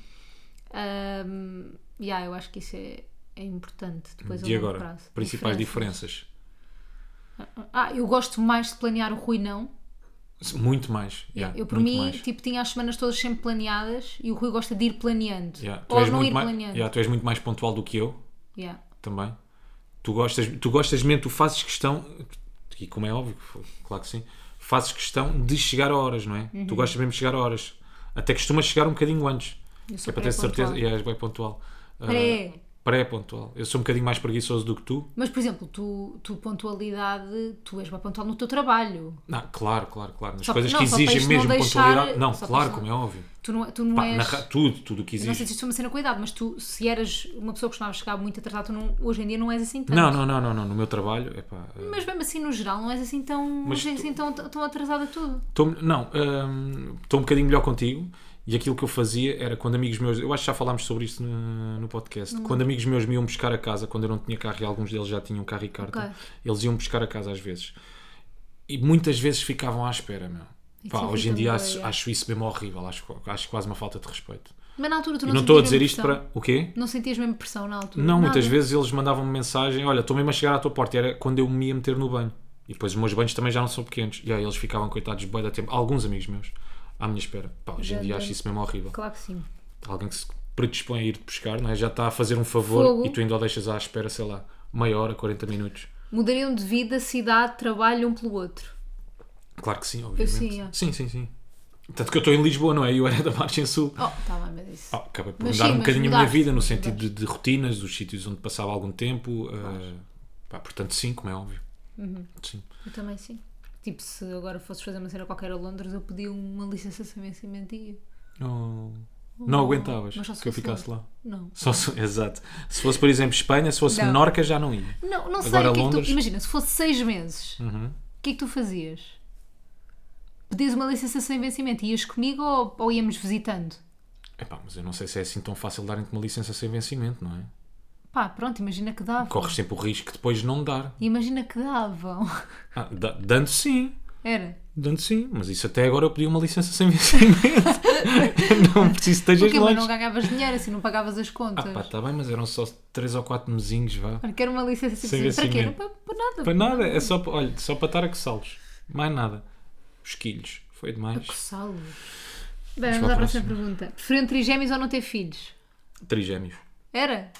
Um, yeah, eu acho que isso é, é importante. Depois a
E
longo
agora?
prazo.
Principais
Diferença.
diferenças.
Ah, eu gosto mais de planear o Rui, não.
Muito mais. yeah,
eu, por
muito
mim,
mais.
tipo, tinha as semanas todas sempre planeadas e o Rui gosta de ir planeando.
Yeah, tu,
Ou
és
não ir
muito mais
planeando.
yeah, tu és muito mais pontual do que eu
Yeah.
também. Tu gostas, tu gostas mesmo, tu fazes questão, e como é óbvio, claro que sim, fazes questão de chegar a horas, não é?
Uhum.
Tu gostas mesmo de chegar a horas. Até costumas chegar um bocadinho antes.
Eu
que
sou
é para ter
pré-pontual.
certeza. E és bem pontual. Ah,
Pré.
Pré-pontual. Eu sou um bocadinho mais preguiçoso do que tu.
É. Mas, por exemplo, tu, tu pontualidade, tu és bem pontual no teu trabalho.
Não, claro, claro, claro. Nas
Só-
coisas
não,
que
só para
exigem
isto não
mesmo
deixar-
pontualidade. Não,
só para
claro,
isto
como
não-
é óbvio.
Tu não, tu não
Pá,
és.
na ra- tudo, tudo o que
eu Não sei se
exige.
isto é uma cena com a idade, mas tu, se eras uma pessoa que costumava chegar muito atrasada, tu não, hoje em dia não és assim tanto.
Não, não, não, não, não. No meu trabalho, epá, ah,
Mas mesmo assim, no geral, não és assim tão,
Mas
não és
tu-
assim tão, tão atrasada a tudo.
Tô- não, hum, estou um bocadinho melhor contigo. E aquilo que eu fazia era quando amigos meus, eu acho que já falámos sobre isso no, no podcast. Quando amigos meus me iam buscar a casa, quando eu não tinha carro e alguns deles já tinham carro e carta,
Ok.
eles iam buscar a casa às vezes. E muitas vezes ficavam à espera, meu.
Isso
Pá, hoje em
irrita-me
dia
bué,
acho,
é.
acho isso mesmo horrível, acho, acho quase uma falta de respeito.
Mas na altura tu
E
não
não estou a
sentias
dizer
mesmo
isto
pressão?
para. O quê?
Não sentias mesmo pressão na altura?
Não, muitas
Nada.
vezes eles mandavam-me mensagem: Olha, estou mesmo a chegar à tua porta. E era quando eu me ia meter no banho. E depois os meus banhos também já não são pequenos. E aí eles ficavam, coitados, bem da tempo. Alguns amigos meus, à minha espera. Pá, hoje em
Já
dia
dá.
acho isso mesmo horrível.
Claro que sim.
Alguém que se predispõe a ir-te buscar, não é? já está a fazer um favor
Fogo.
e tu ainda o deixas à espera, sei lá, meia hora, 40 minutos.
Mudariam de vida, cidade, trabalho um pelo outro.
Claro que sim, obviamente.
sim, é.
sim, sim, sim. Tanto que eu estou em Lisboa, não é? Eu era da Margem Sul.
Oh, tá bem, mas isso.
Ah, acabei por
Mas
mudar
sim,
um
mas
bocadinho a minha
mudaste,
vida no
mas
sentido de, de rotinas, dos sítios onde passava algum tempo. eh, pá, portanto, sim, como é óbvio.
Uhum.
Sim.
Eu também sim. Tipo, se agora fosses fazer uma cena qualquer a Londres, eu pedia uma licença sem vencimento e ia.
Não, não aguentavas
mas só se
que eu
fosse
ficasse lá.
Não.
Só se- exato. Se fosse, por exemplo, Espanha, se fosse
Não.
Menorca, já não ia.
Não, não sei.
Agora
o que é que tu-
Londres- Uhum.
Imagina, se fosse seis meses, o que é que tu fazias? Pedias uma licença sem vencimento? Ias comigo ou, ou íamos visitando?
Epá, mas eu não sei se é assim tão fácil darem-te uma licença sem vencimento, não é?
Pá, pronto, imagina que dava.
Corres sempre o risco de depois não dar.
Imagina que davam.
Ah, da- dando sim,
Era.
dando sim, mas isso até agora eu pedi uma licença sem vencimento. não preciso que estejas
Porquê? Mas não
longe.
ganhavas dinheiro assim, não pagavas as contas.
Ah pá, está bem, mas eram só 3 ou 4 mesinhos, vá.
Olha, quero uma licença sem
Sem
vencimento. Para quê? Não,
vencimento.
para, para nada.
Para nada, é só, pa- olha, só para estar a coçá-los. Mais nada. Os quilhos, foi demais.
Coçá-los. Bem, vamos
para
à
a
próxima pergunta. Preferiam trigêmeos ou não ter filhos?
Trigémeos.
Era?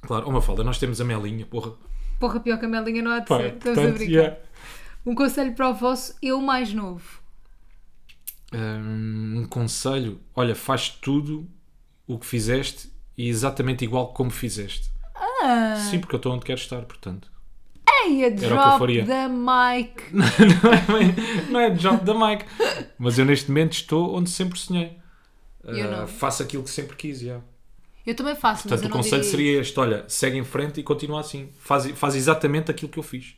Claro, uma falda, nós temos a Melinha, porra.
Porra, pior que a Melinha não há de
Pá,
ser. Estamos a
portanto,
brincar.
yeah.
Um conselho para o vosso eu mais novo.
Hum, um conselho, olha, faz tudo o que fizeste e exatamente igual como fizeste.
Ah.
Sim, porque eu estou onde quero estar, portanto.
Ei, a
que eu
drop
faria.
da Mike.
não, é, não é job da Mike. Mas eu neste momento estou onde sempre sonhei.
Eu
Ah,
não.
faço aquilo que sempre quis, yeah.
Eu também faço, mas
Portanto,
eu
o
não
conselho
diria
seria este: olha, segue em frente e continua assim. Faz, faz exatamente aquilo que eu fiz.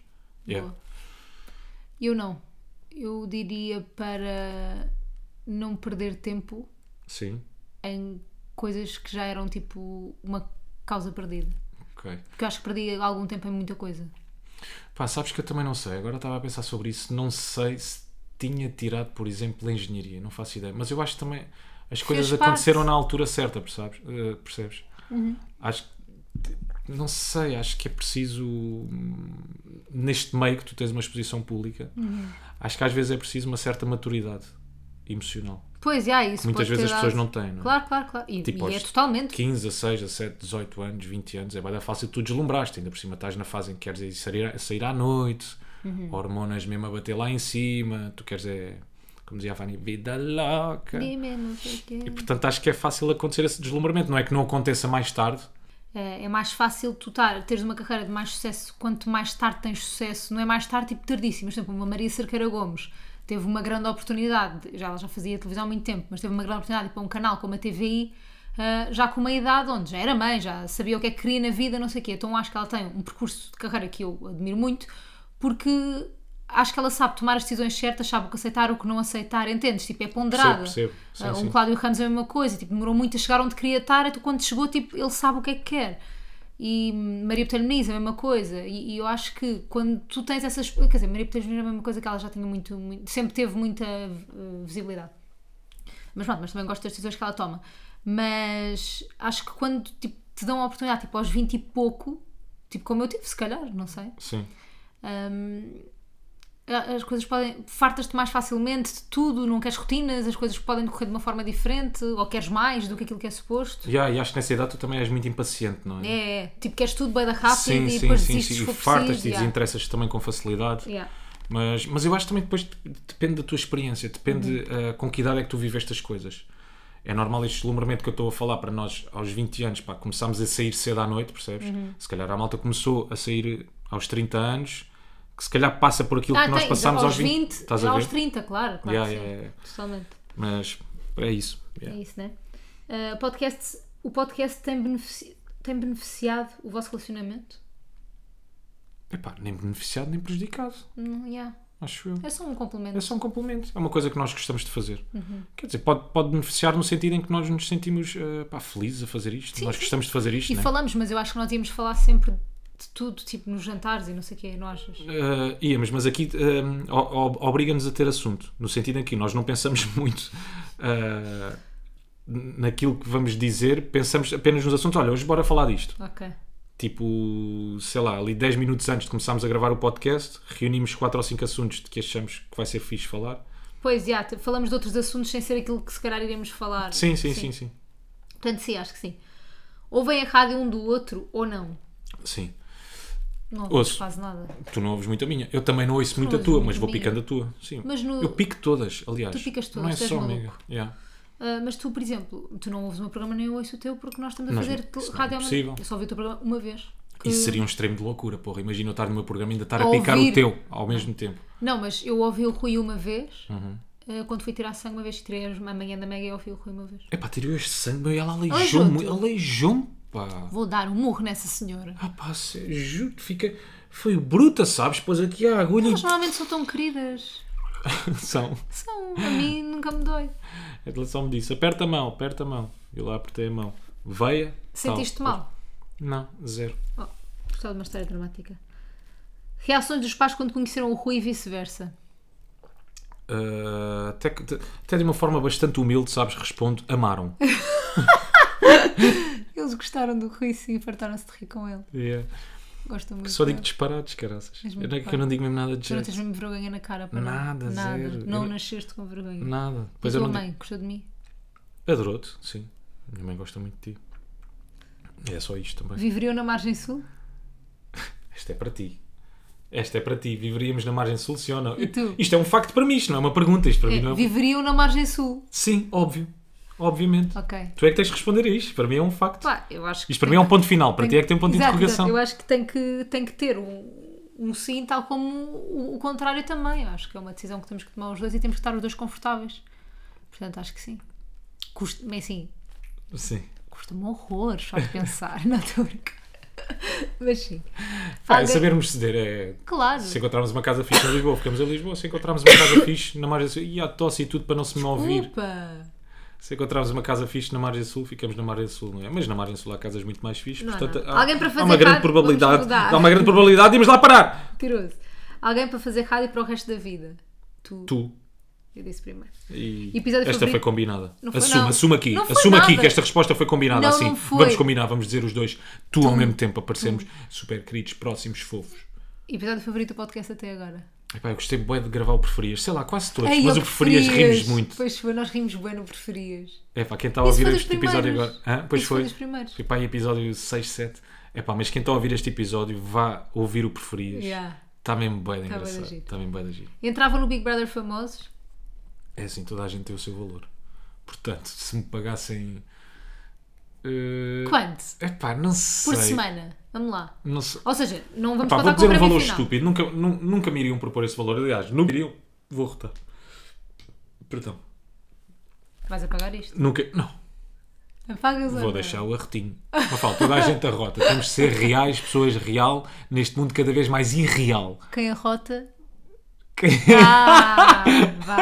Yeah.
Boa. Eu não. Eu diria para não perder tempo
Sim,
em coisas que já eram tipo uma causa perdida.
ok.
Porque eu acho que perdi algum tempo em muita coisa.
Pá, sabes que eu também não sei. Agora estava a pensar sobre isso. Não sei se tinha tirado, por exemplo, a engenharia. Não faço ideia. Mas eu acho que também as coisas
parte. Uhum.
aconteceram na altura certa, percebes? Eh, percebes? Acho que. Não sei, acho que é preciso. hum,
Uhum.
Neste meio que tu tens uma exposição pública, acho que às vezes é preciso uma certa maturidade emocional.
Pois, já, isso.
Muitas
pode
vezes
ter
as pessoas
dado-
não têm, não é?
Claro, claro, claro. E,
Tipo,
e é
aos
totalmente.
15, 16, 17, 18 anos, 20 anos, é bem fácil, tu deslumbraste, ainda por cima estás na fase em que queres ir sair, sair à noite,
Uhum.
hormonas mesmo a bater lá em cima, tu queres é, como dizia a Fanny, vida louca.
Dime, não sei o quê.
E portanto acho que é fácil acontecer esse deslumbramento, não é que não aconteça mais tarde,
É, é mais fácil tu tar, teres uma carreira de mais sucesso quanto mais tarde tens sucesso. Não é mais tarde, tipo tardíssimo. Mas, por exemplo, uma Maria Cerqueira Gomes teve uma grande oportunidade. Já, ela já fazia televisão há muito tempo, mas teve uma grande oportunidade de ir para um canal como a TVI, ah, já com uma idade onde já era mãe, já sabia o que é que queria na vida, não sei o quê. Então acho que ela tem um percurso de carreira que eu admiro muito, porque acho que ela sabe tomar as decisões certas, sabe o que aceitar, o que não aceitar, entendes? Tipo, é ponderada.
Percebo, percebo. Sim,
Ah, um
sim.
Cláudio Ramos é a mesma coisa, tipo, demorou muito a chegar onde queria estar, então quando chegou, tipo, ele sabe o que é que quer. E hum, Maria Botelho Muniz é a mesma coisa. E, e eu acho que quando tu tens essas. Quer dizer, Maria Botelho Muniz é a mesma coisa que ela já tinha muito. muito- sempre teve muita uh, visibilidade. Mas pronto, mas também gosto das decisões que ela toma. Mas acho que quando tipo, te dão a oportunidade, tipo, aos 20 e pouco, tipo, como eu tive, se calhar, não sei
sim.
as coisas podem. fartas-te mais facilmente de tudo, não queres rotinas, as coisas podem decorrer de uma forma diferente, ou queres mais do que aquilo que é suposto.
E, ah, e acho que nessa idade tu também és muito impaciente, não é?
É, é, tipo, queres tudo bem da rápida e depois desistes se
E
for
fartas-te
preciso.
e
yeah.
desinteressas também com facilidade.
Yeah.
Mas, mas eu acho também que depois dep- depende da tua experiência, depende
Uhum.
eh, com que idade é que tu vives estas coisas. É normal este deslumbramento que eu estou a falar para nós aos 20 anos, pá, começámos a sair cedo à noite, percebes?
Uhum.
Se calhar a malta começou a sair aos 30 anos, que se calhar passa por aquilo
Ah,
que nós
tem,
passámos
aos
aos 20.
20,
estás
já
a ver?
aos 30, claro, claro.
Yeah,
que sim.
yeah, yeah.
Totalmente.
Mas é isso.
É
yeah.
isso, né? Ah, podcast, o podcast tem, benefici- tem beneficiado o vosso relacionamento?
Epá, nem beneficiado nem prejudicado,
Não, yeah.
acho eu.
É só um complemento.
É só um complemento. Uhum. É uma coisa que nós gostamos de fazer. Quer dizer, pode, pode beneficiar no sentido em que nós nos sentimos eh, pá, felizes a fazer isto. nós
sim.
gostamos de fazer isto.
E
né?
falamos, mas eu acho que nós íamos falar sempre de tudo, tipo nos jantares e não sei o quê, não achas?
Eh, íamos, mas aqui eh, o- o- obriga-nos a ter assunto. No sentido em que nós não pensamos muito eh, naquilo que vamos dizer, pensamos apenas nos assuntos. Olha, hoje bora falar disto.
Ok.
Tipo, sei lá, ali 10 minutos antes de começarmos a gravar o podcast, reunimos 4 ou 5 assuntos de que achamos que vai ser fixe falar.
Pois, já, te- falamos de outros assuntos sem ser aquilo que se calhar iremos falar.
Sim, sim, sim, sim.
Portanto, sim, acho que sim. Ouvem a rádio um do outro ou não?
Sim.
Não ouvimos
Ouço.
quase nada.
Tu não ouves muito a minha. Eu também não ouço muito a
ouves
tua,
muito
mas
a
vou
minha.
picando a tua. Sim.
Mas no-
Eu pico todas, aliás.
Tu picas todas,
Não é
tu és
só
maluco.
mega. Yeah.
Ah, mas tu, por exemplo, tu não ouves o meu programa nem eu ouço o teu porque nós estamos a
Nós-
fazer te-
isso não é
rádio à manhã.
possível.
Eu só ouvi o teu programa uma vez. que-
Isso seria um extremo de loucura, porra. Imagina eu estar no meu programa e ainda estar
A
a picar
ouvir.
o teu ao mesmo tempo.
Não, mas eu ouvi o Rui uma vez.
Uhum.
ah, quando fui tirar sangue uma vez, tirei a manhã da Mega e ouvi o Rui uma vez.
Epá, tirou este sangue, meu, e ela
Aleijou-te.
aleijou-me. Aleijou-me, pá.
Vou dar um murro nessa senhora.
Ah, pá, sé- juro-te, fica... Foi bruta, sabes? Pôs aqui a agulha
Elas normalmente são tão queridas.
e... São.
São. A mim nunca me dói.
Tá Ela só me disse, aperta a mão, aperta a mão. Eu lá apertei a mão. Veia. tal.
Sentiste mal?
Não, zero.
Oh, gostava de uma história dramática. Reações dos pais quando conheceram o Rui e vice-versa.
Uh, até, que- até de uma forma bastante humilde, sabes? Respondo, amaram.
Eles gostaram do Rui e fartaram-se de rir com ele.
Yeah.
Gostam muito.
É. Só digo
dele.
disparados, caraças.
És é.
Eu
muito
não, é que
parvo.
eu não digo mesmo nada de
Tu não
jeito.
tens mesmo vergonha na cara para
Nada,
nada.
zero.
Não
Eu-
nasceste com vergonha.
Nada.
E a
Pois eu
tua
não digo.
mãe gostou de mim?
Adorou-te, sim. Minha mãe gosta muito de ti. É só isto também.
Viveriam na margem sul?
Esta é para ti. Esta é para ti. Viveríamos na margem sul, sim ou não?
E tu?
Isto é um facto para mim, isto não é uma pergunta. Isto para
É,
mim não é...
viveriam na margem sul.
Sim, óbvio. Obviamente.
Ok.
Tu é que tens de responder a isto. Para mim é um facto.
Pá, eu acho que.
Isto para mim é um ponto final. Para ti é que tem um ponto
Exato,
de interrogação.
exato. Eu acho que tem que, tem que ter um, um sim, tal como o, o contrário também. Eu acho que é uma decisão que temos que tomar os dois e temos que estar os dois confortáveis. Portanto, acho que sim. Custa, bem, sim,
Sim.
custa-me um horror só de pensar, não estou a brincar. Mas sim.
Ah,
Alguém-
Sabermos ceder é
Claro.
Se encontrarmos uma casa fixe na Lisboa, ficamos em Lisboa. Se encontrarmos uma casa fixe na margem sul, e há tosse e tudo para não se me ouvir.
Opa!
Se encontrarmos uma casa fixe na margem sul, ficamos na margem sul, não é? Mas na margem sul há casas muito mais fixes.
Não há
Portanto,
nada.
há,
Alguém para fazer
há uma grande
rádio, vamos
probabilidade.
mudar.
Há uma grande probabilidade de irmos lá parar.
Tiroso. Alguém para fazer rádio para o resto da vida? Tu.
Tu.
Eu disse primeiro.
E
Episódio
esta
favorito?
foi combinada.
Não foi,
assuma,
não.
assuma aqui.
Não foi
Assuma aqui
nada.
que esta resposta foi combinada
Não,
assim.
não foi.
Vamos combinar, vamos dizer os dois. Tu, ao mesmo tempo aparecemos super queridos, próximos, fofos.
Episódio favorito do podcast até agora?
Epá, eu gostei bem de gravar o preferias, sei lá, quase todos,
Ei,
mas
eu
o preferias rimos muito.
Pois foi, nós rimos bem no preferias.
É pá, quem está a
Isso
ouvir
foi dos
este episódio agora.
primeiros.
Hã? Pois
Isso foi
foi.
dos primeiros.
Foi pá, em episódio 6, 7. É pá, mas quem está a ouvir este episódio, vá ouvir o preferias. Está
Yeah.
mesmo bem de
Tá bué de
engraçado.
giro.
Está mesmo bem de giro.
Entrava no Big Brother Famosos.
É assim, toda a gente tem o seu valor. Portanto, se me pagassem. eh,
Quanto?
É pá, não sei.
Por semana. Vamos lá.
Não sei.
Ou seja, não vamos
Pá, vou
contar
dizer
com o
um
prémio
valor
final.
estúpido. Nunca, nu- nunca me iriam propor esse valor. Aliás, nunca iriam. Vou rotar. Perdão.
Vais apagar isto.
Nunca. Não.
Apagas ou
Vou
não?
deixar o arrotinho. Mafalda, toda a gente arrota. Temos de ser reais, pessoas real, neste mundo cada vez mais irreal.
Quem arrota.
Quem
Ah, vá.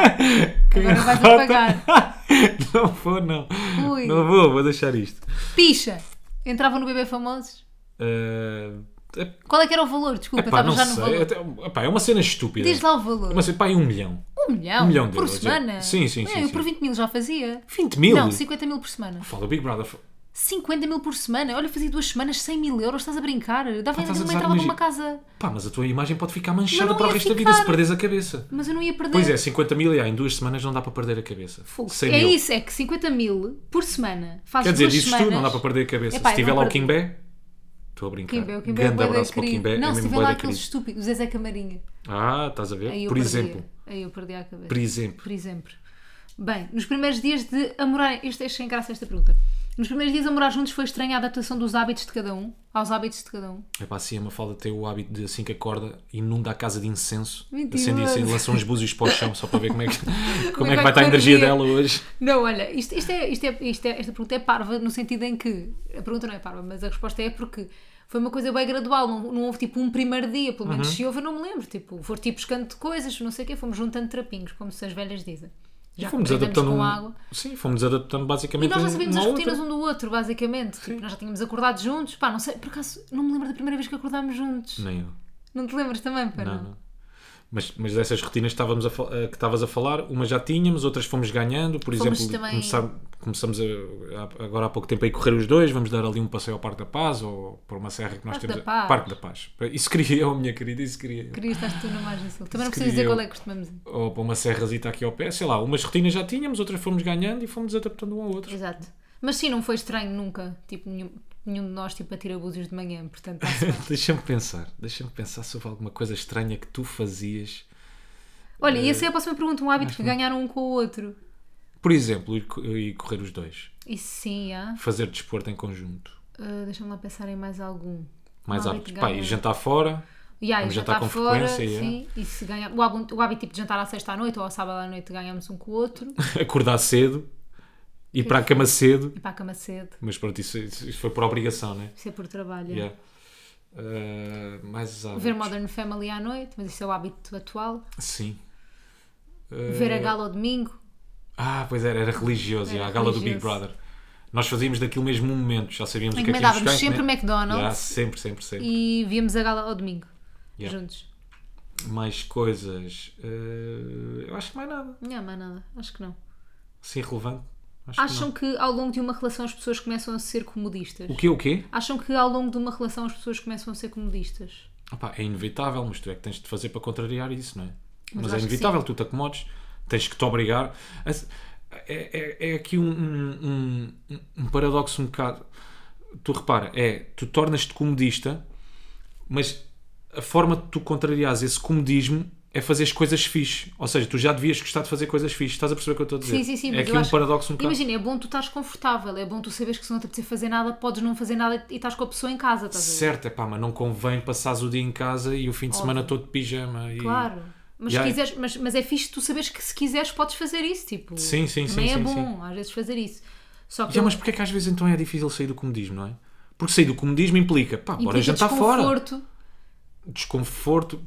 Agora vais apagar.
Não vou, não.
Ui.
Não vou, vou deixar isto.
Picha. Entrava no Bebê Famosos.
Ah, é-
Qual é que era o valor? Desculpa,
epá,
estava
não
já no
sei.
valor.
Até- epá, é uma cena estúpida.
Diz lá o valor.
Uma cena, pá, é um milhão.
Um milhão?
Um milhão de
Por
euros,
semana?
é. Sim, sim,
Não,
sim,
Eu
sim.
por 20 mil já fazia.
20 mil?
Não, 50 mil por semana.
Fala, o Big Brother. fa-
50 mil por semana? Olha, eu fazia duas semanas 100 mil euros, estás a brincar? Dava ainda
Ah, estás a
uma
gozar,
entrada
imagina.
numa casa.
Pá, mas a tua imagem pode ficar
Mas
manchada
não
para o
ia
resto da
ficar.
vida se perdes a cabeça.
Mas eu não ia perder.
Pois é, 50 mil e há, em duas semanas não dá para perder a cabeça.
Fogo.
100
É
mil.
isso, é que 50 mil por semana fazes
Quer dizer,
duas
dizes
semanas.
tu, não dá para perder a cabeça.
Epá,
se
eu
tiver
não
lá o
perdi.
Kimbé, estou a brincar.
Kimbé, o Kimbé é
Grande
bué da
abraço para o
querido.
Kimbé, é
Não, se
mesmo
tiver
bué
lá
da
aqueles
querido.
estúpidos, o Zezé Camarinha.
Ah, estás a ver?
Aí eu
Por
perdi.
exemplo.
Aí eu perdi a cabeça.
Por exemplo.
Por exemplo. Bem, nos primeiros dias de a morar. Este é sem graça esta pergunta. Nos primeiros dias a morar juntos foi estranha a adaptação dos hábitos de cada um aos hábitos de cada um.
É pá, assim, a Mafalda tem o hábito de, assim que acorda, inunda a casa de incenso.
Mentiroso.
Acende incenso, lança uns búzios para o chão, só para ver como é que, como
Como
é que vai estar
correr
a
o
energia
dia.
dela hoje.
Não, olha, isto, isto é, isto é- isto é- esta pergunta é parva no sentido em que. A pergunta não é parva, mas a resposta é porque foi uma coisa bem gradual, não, não houve tipo um primeiro dia, pelo menos
Uhum.
se houve eu não me lembro. Tipo, foram tipo buscando de coisas, não sei o quê, fomos juntando trapinhos, como se as velhas dizem. Já
fomos
aprendemos
adaptando.
com
um-
água.
Sim, fomos adaptando
E
basicamente.
nós já
um-
sabíamos
uma
as
à outra.
rotinas um do outro, basicamente. Tipo, nós já tínhamos acordado juntos. Pá, não sei, por acaso, não me lembro da primeira vez que acordámos juntos. Não,
Nem eu.
te lembras também, pá?
Não, não. Mas, mas dessas rotinas que estávamos a fal- eh, que estavas a falar, umas já tínhamos, outras fomos ganhando. Por
Fomos
exemplo,
também-
começar- começamos a- a- agora há pouco tempo a ir correr os dois. Vamos dar ali um passeio ao Parque da Paz ou por uma serra que nós
Parque
temos.
da Paz.
Parque da Paz. Isso queria eu, minha querida, isso queria eu.
Querias estar tu na margem sul. Também não preciso
Se queria
dizer
eu.
qual é que costumamos ir.
Ou para uma serrazita aqui ao pé. Sei lá, umas rotinas já tínhamos, outras fomos ganhando e fomos adaptando um ao outro.
Exato. Mas sim, não foi estranho nunca. Tipo, nenhum, nenhum de nós tipo, atira búzios de manhã, portanto. tá-se bem.
deixa-me pensar. Deixa-me pensar se houve alguma coisa estranha que tu fazias.
Olha, e essa é a próxima pergunta: um hábito que ganharam um com o outro.
Por exemplo, ir, co- ir correr os dois.
Isso sim, há.
Fazer desporto em conjunto.
Ah, Deixa-me lá pensar em mais algum.
Mais
Um
hábitos.
que
Pá,
ganham-
e jantar fora.
Ya, e
Vamos
jantar
jantar tá com
fora,
frequência,
sim, e se ganhar, o, hábito, o hábito tipo de jantar à sexta à noite ou ao sábado à noite ganhamos um com o outro,
acordar cedo, ir para a cama cedo,
e para a cama cedo,
mas pronto, isso, isso isso foi por obrigação, né?
isso é por trabalho.
Yeah. Uh, mais hábitos.
Ver Modern Family à noite, mas isso é o hábito atual.
Sim. É.
Ver a gala ao domingo,
Ah, pois era, era religioso,
Era
yeah, a gala do Big
religioso.
Brother. Nós fazíamos daquilo mesmo um momento, já sabíamos o que é que íamos
encomendávamos
buscar.
sempre
né?
McDonald's
Yeah, sempre, sempre, sempre.
e víamos a gala ao domingo,
Yeah.
juntos.
Mais coisas. uh, eu acho que mais nada.
Não, mais nada, acho que não.
Assim, relevante. Acho que
Acham que ao longo de uma relação as pessoas começam a ser comodistas?
não. O quê, o quê?
Acham que ao longo de uma relação as pessoas começam a ser comodistas?
Opá, é inevitável, mas tu é que tens de fazer para contrariar isso, não é?
Mas
Mas,
acho
é
que
inevitável, tu te acomodes, tens que te obrigar. As- É, é- é aqui um, um, um- um paradoxo um bocado. Tu repara, é, tu tornas-te comodista, mas a forma de tu contrariares esse comodismo é fazer coisas fixe. Ou seja, tu já devias gostar de fazer coisas fixe. Estás a perceber o que eu estou a dizer?
Sim, sim, sim.
É
mas
aqui
eu
um
acho-
paradoxo um bocado.
Imagina, é bom tu estás confortável, é bom tu saberes que se não te apetecer fazer nada, podes não fazer nada e estás com a pessoa em casa, estás a ver?
Certo, é pá, mas não convém passares o dia em casa e o fim de semana todo de pijama. e-
Claro. Mas, se
Yeah.
quiseres, mas, mas é fixe tu saberes que se quiseres podes fazer isso, tipo.
Sim, sim, sim,
também é
sim,
bom às vezes fazer isso. Só que
Já,
eu-
mas porque é que às vezes então é difícil sair do comodismo, não é? Porque sair do comodismo implica, pá, bora
implica
jantar tá fora.
desconforto.
Desconforto.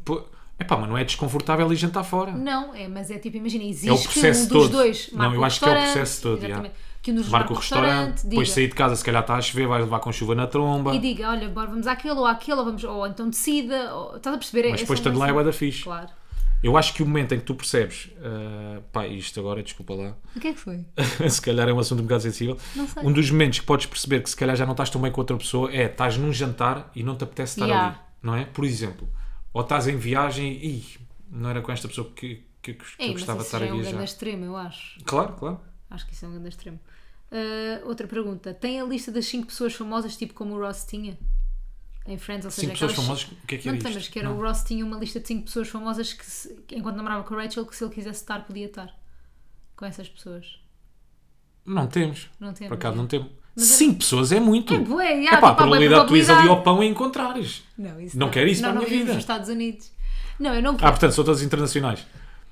É pá, mas não é desconfortável e jantar fora.
Não, é, mas é tipo, imagina, existe
processo
um dos
todo.
dois.
Não,
marca
eu
o
acho que é o
restaurante,
processo todo, já.
Exatamente. Que um dos
Marca o restaurante, depois
diga-
sair de casa, se calhar está a chover, vais levar com chuva na tromba.
e diga, olha, bora, vamos àquele ou àquele, ou, vamos, ou então decida, ou, estás a perceber?
Mas
É-
depois
são-
estando lá é
são-
bué da fixe.
Claro.
Eu acho que o momento em que tu percebes, ah, pá, isto agora, desculpa lá,
O que é que foi?
se calhar é um assunto um bocado sensível.
Não sei.
Um dos momentos que podes perceber que se calhar já não estás tão bem com outra pessoa é estás num jantar e não te apetece estar
Yeah.
ali, não é? Por exemplo, ou estás em viagem e Não era com esta pessoa que, que, que eu
Ei, mas
gostava de
isso
estar
já
a
é um
viajar.
grande extremo, eu acho.
Claro, claro.
Acho que isso é um grande extremo. Ah, outra pergunta. Tem a lista das 5 pessoas famosas, tipo como o Ross tinha? Em Friends, ou seja,
Cinco pessoas
aquelas-
famosas, o que é que
Não
era
te lembras
isto?
que era o Ross tinha uma lista de 5 pessoas famosas que, se- que enquanto namorava com a Rachel, que se ele quisesse estar, podia estar com essas pessoas.
Não temos.
Não temos.
Por acaso não temos.
Mas é-
Cinco pessoas é muito.
É bué, já,
Epá,
tipo, há
a
bué
probabilidade de tu ires ali
probabilidade.
ao pão e encontrares.
Não, isso
Não quero isso
não,
para a
não vivemos
minha vida.
nos Estados Unidos. Não, eu não
Ah, portanto, são todas internacionais.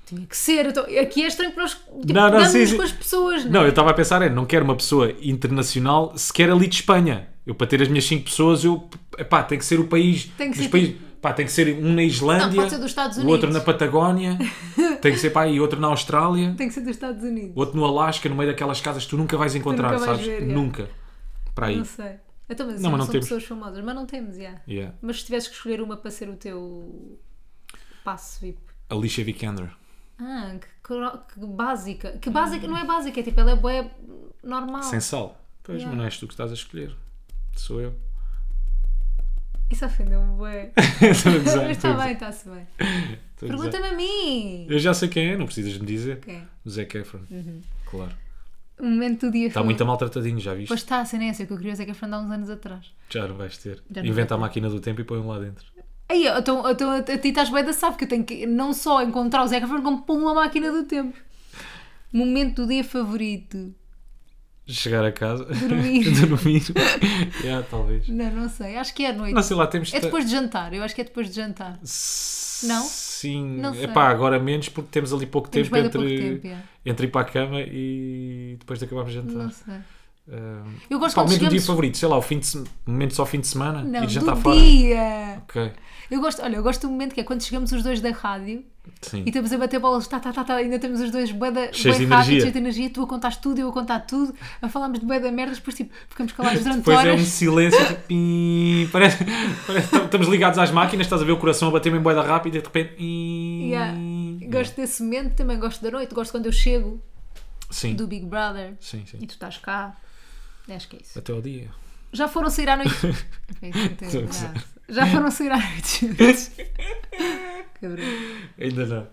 Tinha que ser. eu tô- Aqui é estranho para nós tipo,
Ah. Não, não, sim,
damos-nos
sim.
com as pessoas.
Não, eu estava a pensar, é, não quero uma pessoa internacional sequer ali de Espanha. Eu, para ter as minhas cinco pessoas, eu, epá, tem que ser o país.
Tem que
dos
ser tipo-
países- pá, tem que ser um na Islândia,
Não, pode ser dos Estados
o outro
Unidos.
na Patagónia, tem que ser pá, e outro na Austrália,
Tem que ser dos Estados Unidos.
outro no Alasca, no meio daquelas casas que tu nunca vais encontrar,
nunca vais
sabes?
ver, é.
nunca. Para aí.
Não sei. Então, mas
Não,
não,
mas não
são
temos.
pessoas famosas. Mas não temos, já.
Yeah.
Mas se tivesses que escolher uma para ser o teu passo VIP.
Alicia Vikander.
Ah, que, cro- que básica. Que básica, não é básica, é tipo, ela é boa normal.
Sem sal. Pois,
Oh. Yeah.
mas não és tu que estás a escolher. Sou eu.
Isso ofendeu-me bué.
Estou a gozar,
Mas
estou a
está
gozar,
bem, está-se bem.
estou a gozar.
Pergunta-me a mim.
Eu já sei quem é, não precisas de me dizer.
Ok. Uhum.
O Zac Efron. Claro.
O momento do dia
Está Tá muito maltratadinho, já viste?
Pois está, a cena é essa que eu queria dizer que há uns anos atrás.
Já não vais ter.
Já não
Inventa a
vai
máquina do tempo e põe-me lá dentro.
Aí, então, então a ti estás bem da sabe que eu tenho que não só encontrar o Zé Efron como pôr uma máquina do tempo. Momento do dia favorito.
Chegar a casa.
Dormir.
Dormir. Já, talvez.
Não, não sei. Acho que é à noite.
Não sei lá, temos
É
ta-
depois de jantar. Eu acho que é depois de jantar. Não?
Sim.
Não sei.
Epá, agora menos porque temos ali pouco
Temos
tempo
bem
entre.
pouco tempo, é.
Entre ir para a cama e depois de acabarmos de
Não
jantar.
sei.
Um,
Eu gosto
pá, Tá. o
quando
momento do dia
chegamos...
favorito, sei lá, o fim de se... momento só ao fim de semana
Não,
e de jantar
do
fora.
dia.
Ok.
Eu gosto, olha, eu gosto do momento que é quando chegamos os dois da rádio
Sim.
e estamos a bater bolas, tá, tá, tá, tá, ainda temos os dois bué da-
Cheios
bué
de
rápido,
energia.
cheios de energia, tu a contares tudo, eu a contar tudo, a falarmos de bué da merdas, depois tipo, ficamos calados durante
Depois é
horas.
um silêncio, tipo, pim, parece, parece que estamos ligados às máquinas, estás a ver o coração a bater bem boeda rápida e de repente. im.
Yeah. Gosto desse momento, também gosto da noite, gosto quando eu chego
Sim,
do Big Brother
sim, sim.
e tu estás cá. Acho que é isso.
Até ao dia.
Já foram sair à noite. Ok, isso não tem
Estou a
graça. Já foram sair à noite. Cabrão.
Ainda não.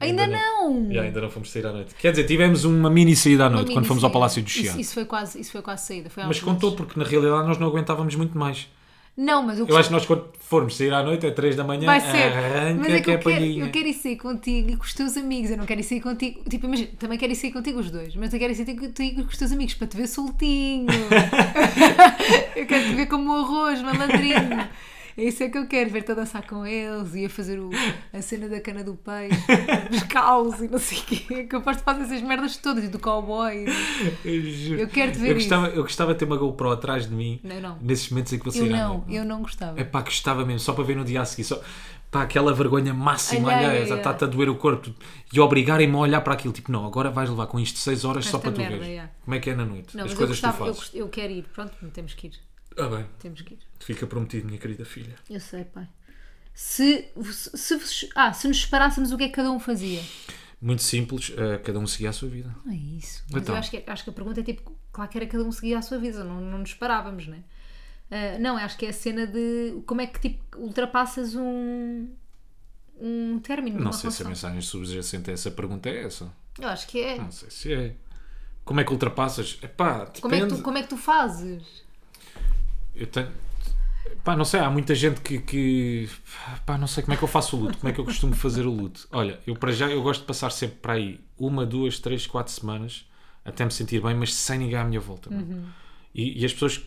Ainda não!
Yeah, ainda não fomos sair à noite. Quer dizer, tivemos uma mini saída à
Hum. Uma
noite quando fomos ao
minissérie.
Palácio do
isso,
Chiado.
isso foi quase Isso foi quase saída. Foi há
Mas
uns
contou
meses.
porque na realidade nós não aguentávamos muito mais.
Não, mas o que
Eu acho que nós quando formos sair à noite é 3 da manhã,
vai ser.
arranca
Mas é que
que é
eu quero,
palhinha.
eu quero ir sair contigo e com os teus amigos. Eu não quero ir sair contigo. Tipo, imagina, também quero ir sair contigo os dois, mas eu quero ir sair contigo e com os teus amigos para te ver soltinho. eu quero te ver como um arroz, malandrinho. É isso é que eu quero, ver-te a dançar com eles e a fazer o- a cena da cana do peixe, dos caos e não sei o quê. Que eu posso fazer essas merdas todas e do cowboy.
Eu, juro.
Eu quero te ver
eu gostava, eu gostava de ter uma GoPro atrás de mim
Não, não.
nesses momentos em que vou
Eu
sair à
não,
noite.
eu não gostava.
É pá, gostava mesmo, só para ver no dia a seguir. Só, pá, aquela vergonha máxima,
Alheia,
alheia, já
yeah.
está-te a doer o corpo e obrigarem-me a olhar para aquilo. Tipo, não, agora vais levar com isto 6 horas só
Esta
para tu
merda,
ver.
yeah.
Como é que é na noite?
Não, mas
As
eu
coisas que tu
gostava, eu,
fazes.
gost- eu quero ir. Pronto, temos que ir.
Ah, bem,
Temos que ir.
fica prometido, minha querida filha.
Eu sei, pai. Se, se, vos- ah, se nos separássemos, o que é que cada um fazia?
Muito simples, eh, cada um seguia a sua vida.
Não é isso. Mas
Então.
eu acho que, acho que a pergunta é tipo, claro que era cada um seguia a sua vida, não, não nos separávamos, né? Ah, não, acho que é a cena de como é que tipo, ultrapassas um, um término.
Não
numa
sei se é a
relação.
mensagem subjacente a essa pergunta é essa.
Eu acho que é.
Não sei se é. Como é que ultrapassas? Epá, depende.
Como é, que tu, como é que tu fazes?
Eu tenho. Pá, não sei, há muita gente que, que. Pá, não sei como é que eu faço o luto, como é que eu costumo fazer o luto. Olha, eu para já eu gosto de passar sempre para aí uma, duas, três, quatro semanas até me sentir bem, mas sem ninguém à minha volta. mano.
Uhum.
E, e as pessoas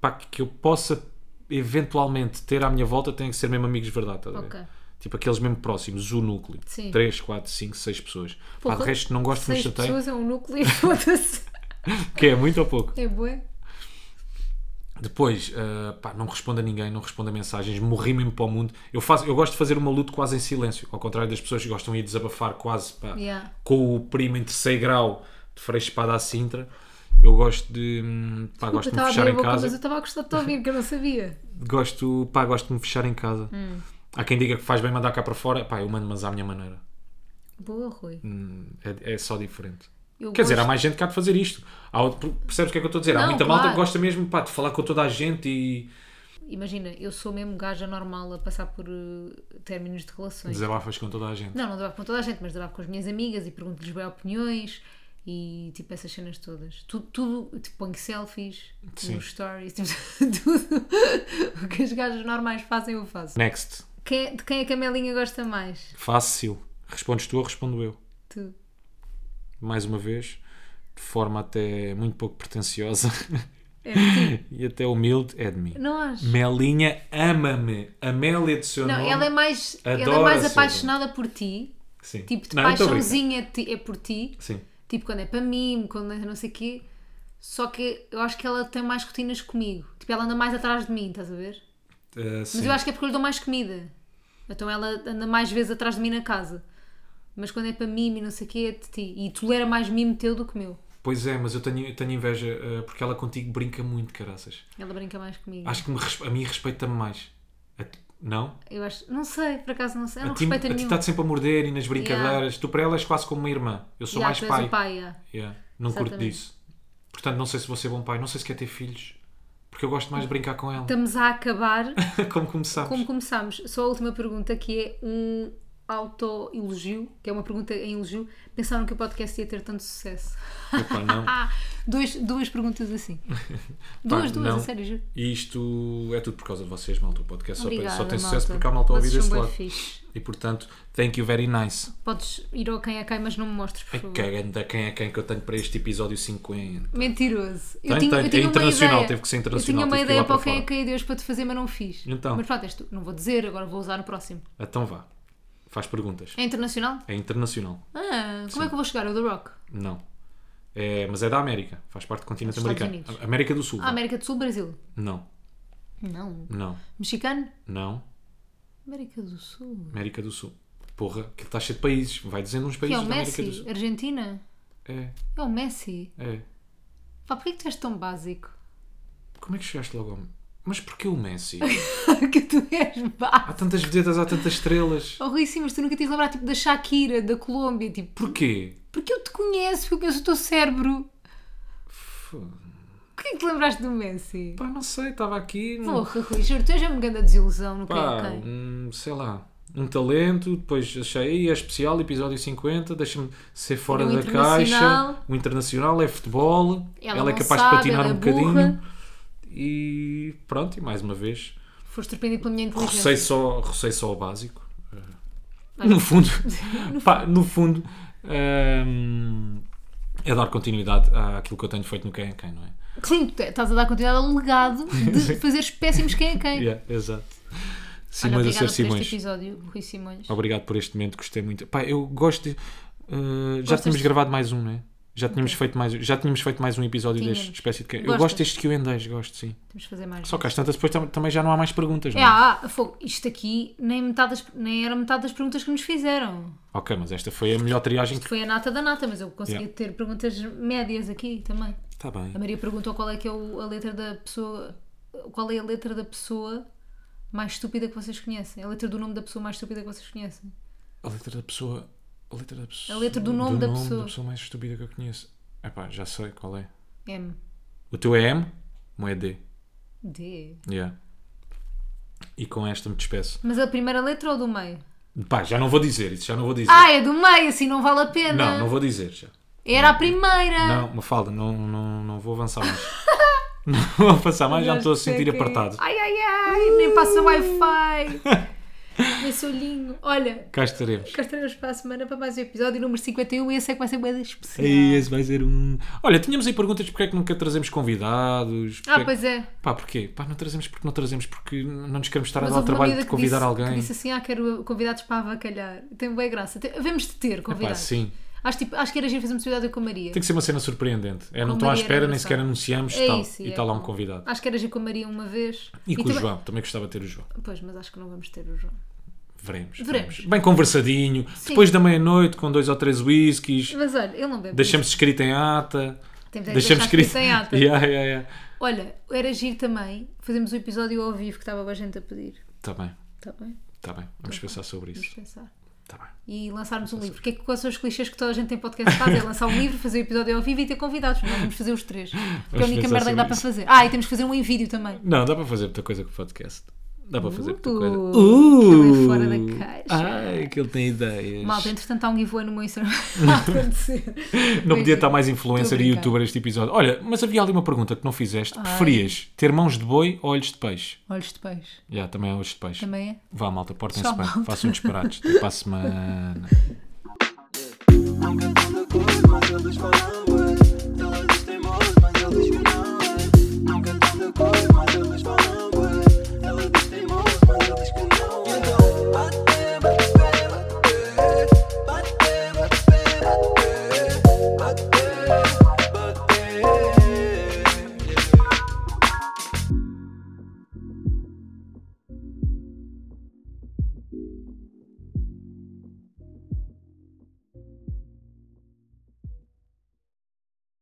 pá, que eu possa eventualmente ter à minha volta têm que ser mesmo amigos de verdade, estás a ver?
Ok.
Tipo aqueles mesmo próximos, o núcleo.
Sim.
Três, quatro, cinco, seis pessoas. Pá,
Porra,
de resto não gosto, mas
Seis
chateio.
pessoas é um núcleo e foda-se.
Que é muito ou pouco.
É bué.
Depois, ah, pá, não respondo a ninguém, não respondo a mensagens, morri mesmo para o mundo. Eu, faço, eu gosto de fazer uma luta quase em silêncio, ao contrário das pessoas que gostam de ir desabafar quase pá,
Yeah.
com o primo em terceiro grau de Freixo Espada à Sintra. Eu gosto de, hum, pá, gosto de
eu estava
me
a
fechar
abrir a
em
boca, mas eu
casa.
estava a gostar de te ouvir, que eu Hum. não sabia.
Gosto, pá, gosto de me fechar em casa. Há quem diga que faz bem mandar cá para fora, pá, eu mando, mas à minha maneira.
Boa, Rui.
Hum, É, é só diferente.
Eu
Quer dizer, há
gosto-
mais gente que há de fazer isto. Há outro- percebes o que é que eu estou a dizer? há
Não,
muita malta que
claro.
gosta mesmo pá, de falar com toda a gente e
Imagina, eu sou mesmo gaja normal a passar por eh, términos de relações.
Desabafas com toda a gente.
Não, não dava com toda a gente, mas dava com as minhas amigas e pergunto-lhes bem opiniões e tipo essas cenas todas. Tudo, tudo tipo, ponho selfies
Sim.
nos stories, tipo, tudo o que as gajas normais fazem, eu faço.
Next.
Quem é- de quem é que a Melinha gosta mais?
Fácil. Respondes tu ou respondo eu?
Tu.
Mais uma vez, de forma até muito pouco pretenciosa
É de ti.
e até humilde, é de mim.
Não acho.
Melinha ama-me. Amélia do seu
Não,
nome.
ela é mais, ela é
Adoro
mais
a Silva.
apaixonada por ti,
Sim.
tipo, de
Não, eu tô a brincar.
paixãozinha ti- é por ti,
Sim.
tipo, quando é para mim, quando é não sei o quê. Só que eu acho que ela tem mais rotinas comigo. Tipo, ela anda mais atrás de mim, estás a ver?
Ah,
Mas
sim.
eu acho que é porque eu lhe dou mais comida. Então ela anda mais vezes atrás de mim na casa. Mas quando é para mim e não sei o quê, é de ti. E tolera mais mimo teu do que meu.
Pois é, mas eu tenho, eu tenho inveja ah, porque ela contigo brinca muito, caraças.
Ela brinca mais comigo.
Acho que me res- a mim respeita-me mais. A ti- não?
Eu acho. Não sei, por acaso não sei. Eu não
a ti,
respeito a
a ti
nenhum.
está-te sempre a morder e nas brincadeiras. Tu para ela és quase como uma irmã. Eu sou
Yeah,
mais
tu és
pai.
o pai yeah.
Yeah, Não curto
Exatamente.
disso. Portanto, não sei se vou ser bom pai. Não sei se quer ter filhos. Porque eu gosto mais de brincar com ela.
Estamos a acabar
como
Então,
começámos.
como começámos. Só a última pergunta que é um autoelogio, que é uma pergunta em elogio. Pensaram que o podcast ia ter tanto sucesso?
Epá, não.
Ah, dois, duas perguntas assim. duas, duas,
não.
a sério, juro.
E isto é tudo por causa de vocês, malta. O podcast só,
Obrigada,
só
malta.
tem sucesso porque há malta a ouvir
Vocês
desse
são bué
lado.
fixe.
E portanto, thank you very nice.
Podes ir ao quem é quem, mas não me mostres, por
Ai,
favor.
cagando a quem é quem que eu tenho para este episódio 50.
Mentiroso. Eu
Tem,
tinha,
tem,
eu tinha
é internacional,
uma ideia.
teve que ser
Eu
internacional,
tinha uma
tive que ir
ideia
lá
para o
para
quem é
fora.
quem é Deus para te fazer, mas não fiz.
Então.
Mas pronto, és tu. Não vou dizer, agora vou usar no próximo.
Então vá. Faz perguntas.
É internacional?
É internacional.
Ah, como é que eu vou chegar ao The Rock?
Não. É, mas é da América. Faz parte do continente
Estados
americano.
Unidos.
A- América do Sul.
Ah, América do Sul, Brasil?
Não.
Não.
Não.
Mexicano?
Não.
América do Sul.
América do Sul. Porra, que está cheio de países. Vai dizendo uns
Que é
países
o
da América do Sul.
Messi? Argentina?
É,
É o Messi?
é.
Pá, porquê que tu és tão básico?
Como é que chegaste logo ao... Mas porquê o Messi?
que tu és básico.
Há tantas vedetas, há tantas estrelas.
Oh, Rui, sim, mas tu nunca tens lembrado tipo, da Shakira, da Colômbia. Tipo,
Porquê?
porque eu te conheço, eu conheço o teu cérebro.
F-
Porquê que te lembraste do Messi?
Pá, não sei, estava aqui... não-
Porra, Rui, juro, tu és uma grande desilusão no que
Hum. Pá,
é quem.
um, sei lá, um talento, depois achei, "Ih, é especial, episódio 50, deixa-me ser fora
Um
da
internacional.
caixa. O internacional é futebol,
Ela
ela, é
não
capaz
sabe,
de patinar
ela é
um bocadinho.
burra.
E pronto, e mais uma vez,
Foste surpreendido pela minha inteligência.
recei só, recei só o básico. No fundo, pá, no fundo, hum, é dar continuidade àquilo que eu tenho feito no Quem é Quem, não é?
Sim, tu estás a dar continuidade ao legado de fazeres péssimos quem é quem.
Yeah, exato.
Olha,
Simões a
obrigada
ser
por
Simões. Oh.
este episódio, Rui Simões.
Obrigado por este momento, gostei muito. Pá, eu gosto de. uh, já
Gostas
tínhamos
de-
gravado mais um, né? Já tínhamos, feito mais, já tínhamos feito mais um episódio
Tínhamos.
deste espécie de. que- Eu
Gostas?
gosto deste Q&A, gosto, sim.
Temos de fazer mais.
Só que às tantas depois tam- também já não há mais perguntas, não
É,
é?
ah, fogo. Isto aqui nem, metade das- nem era metade das perguntas que nos fizeram.
Ok, mas esta foi a melhor triagem que.
Foi a nata da nata, mas eu consegui
Yeah.
ter perguntas médias aqui também.
Está
A
Tá bem.
Maria perguntou qual é que é o- a letra da pessoa. Qual é a letra da pessoa mais estúpida que vocês conhecem? A letra do nome da pessoa mais estúpida que vocês conhecem?
A letra da pessoa. A letra da pessoa.
A letra do nome da pessoa.
mais estúpida que eu conheço. Epá, já sei qual é.
M.
O teu é M? O meu é D.
D.
Yeah. E com esta me despeço.
Mas a primeira letra ou do meio?
Pá, já não vou dizer isso, já não vou dizer.
Ah, é do meio, assim não vale a pena.
não, não vou dizer já.
Era a primeira.
Não, uma falda, não, não, não vou avançar mais. não vou avançar mais, já me estou a sentir apertado.
Ai, ai, ai, nem passa Wi-Fi. Nesse olhinho. Olha,
Cá estaremos.
cá estaremos para a semana para mais um episódio número 51 e esse é que vai ser bem especial.
Ei, esse vai ser um. Olha, tínhamos aí perguntas de porque é que nunca trazemos convidados. porque
Ah,
que-
pois é.
Pá, porquê? Pá, não trazemos porque não trazemos, porque não nos queremos estar
Mas
a dar o
houve uma
trabalho
miúda
de
que
convidar
disse-
alguém.
Que disse assim: Ah, quero convidados para avacalhar. Tem boa graça. Tem, vemos de ter convidados.
sim.
Acho, tipo, acho que era giro fazer um episódio com a Maria.
Tem que ser uma cena surpreendente. É,
Com
não estão à
Maria
espera, nem
Engraçado.
sequer anunciamos
É
tal.
isso,
e
é.
está lá um convidado.
Acho que era giro com a Maria uma vez.
E com o
também-
João, também gostava de ter o João.
Pois, mas acho que não vamos ter o João.
Veremos.
Veremos.
Bem conversadinho, depois da meia-noite, com dois ou três whiskies,
Mas olha, ele não bebe.
deixamos escrito em ata.
Temos é que
Deixamos
deixar
escrito.
escrito em ata.
Yeah, yeah, yeah.
Olha, era giro também. um Fazemos o episódio ao vivo que estava a gente a pedir.
Tá bem,
Está bem?
tá bem. Vamos pensar sobre
Vamos
isso.
pensar.
Tá bem.
e lançarmos um livro. Porque é que quais são os clichês que toda a gente tem podcast faz? É lançar um livro, fazer o episódio ao vivo e ter convidados. Nós vamos fazer os três. Porque é a
Vamos
única
pensar
merda que dá
sobre
para
isso.
fazer. Ah, e temos que fazer um em vídeo também.
Não, dá para fazer muita coisa com o podcast. Dá para fazer muita
Uh,
coisa.
aquele é fora da
Uh!
caixa.
Ai, que ele tem ideias.
Malta, entretanto há um giveaway no meu Instagram a acontecer.
Não podia
Pois,
estar mais influencer
Tô a
e
brincar.
youtuber este episódio. Olha, mas havia ali uma pergunta que não fizeste. Preferias ter mãos de boi ou olhos de peixe?
Olhos de peixe.
Já, também é olhos de peixe.
Também é?
Vá, malta, portem-se
Tchau,
bem.
malta.
Façam disparados. Até para a semana.
Nunca tanta coisa, mas eles falavam.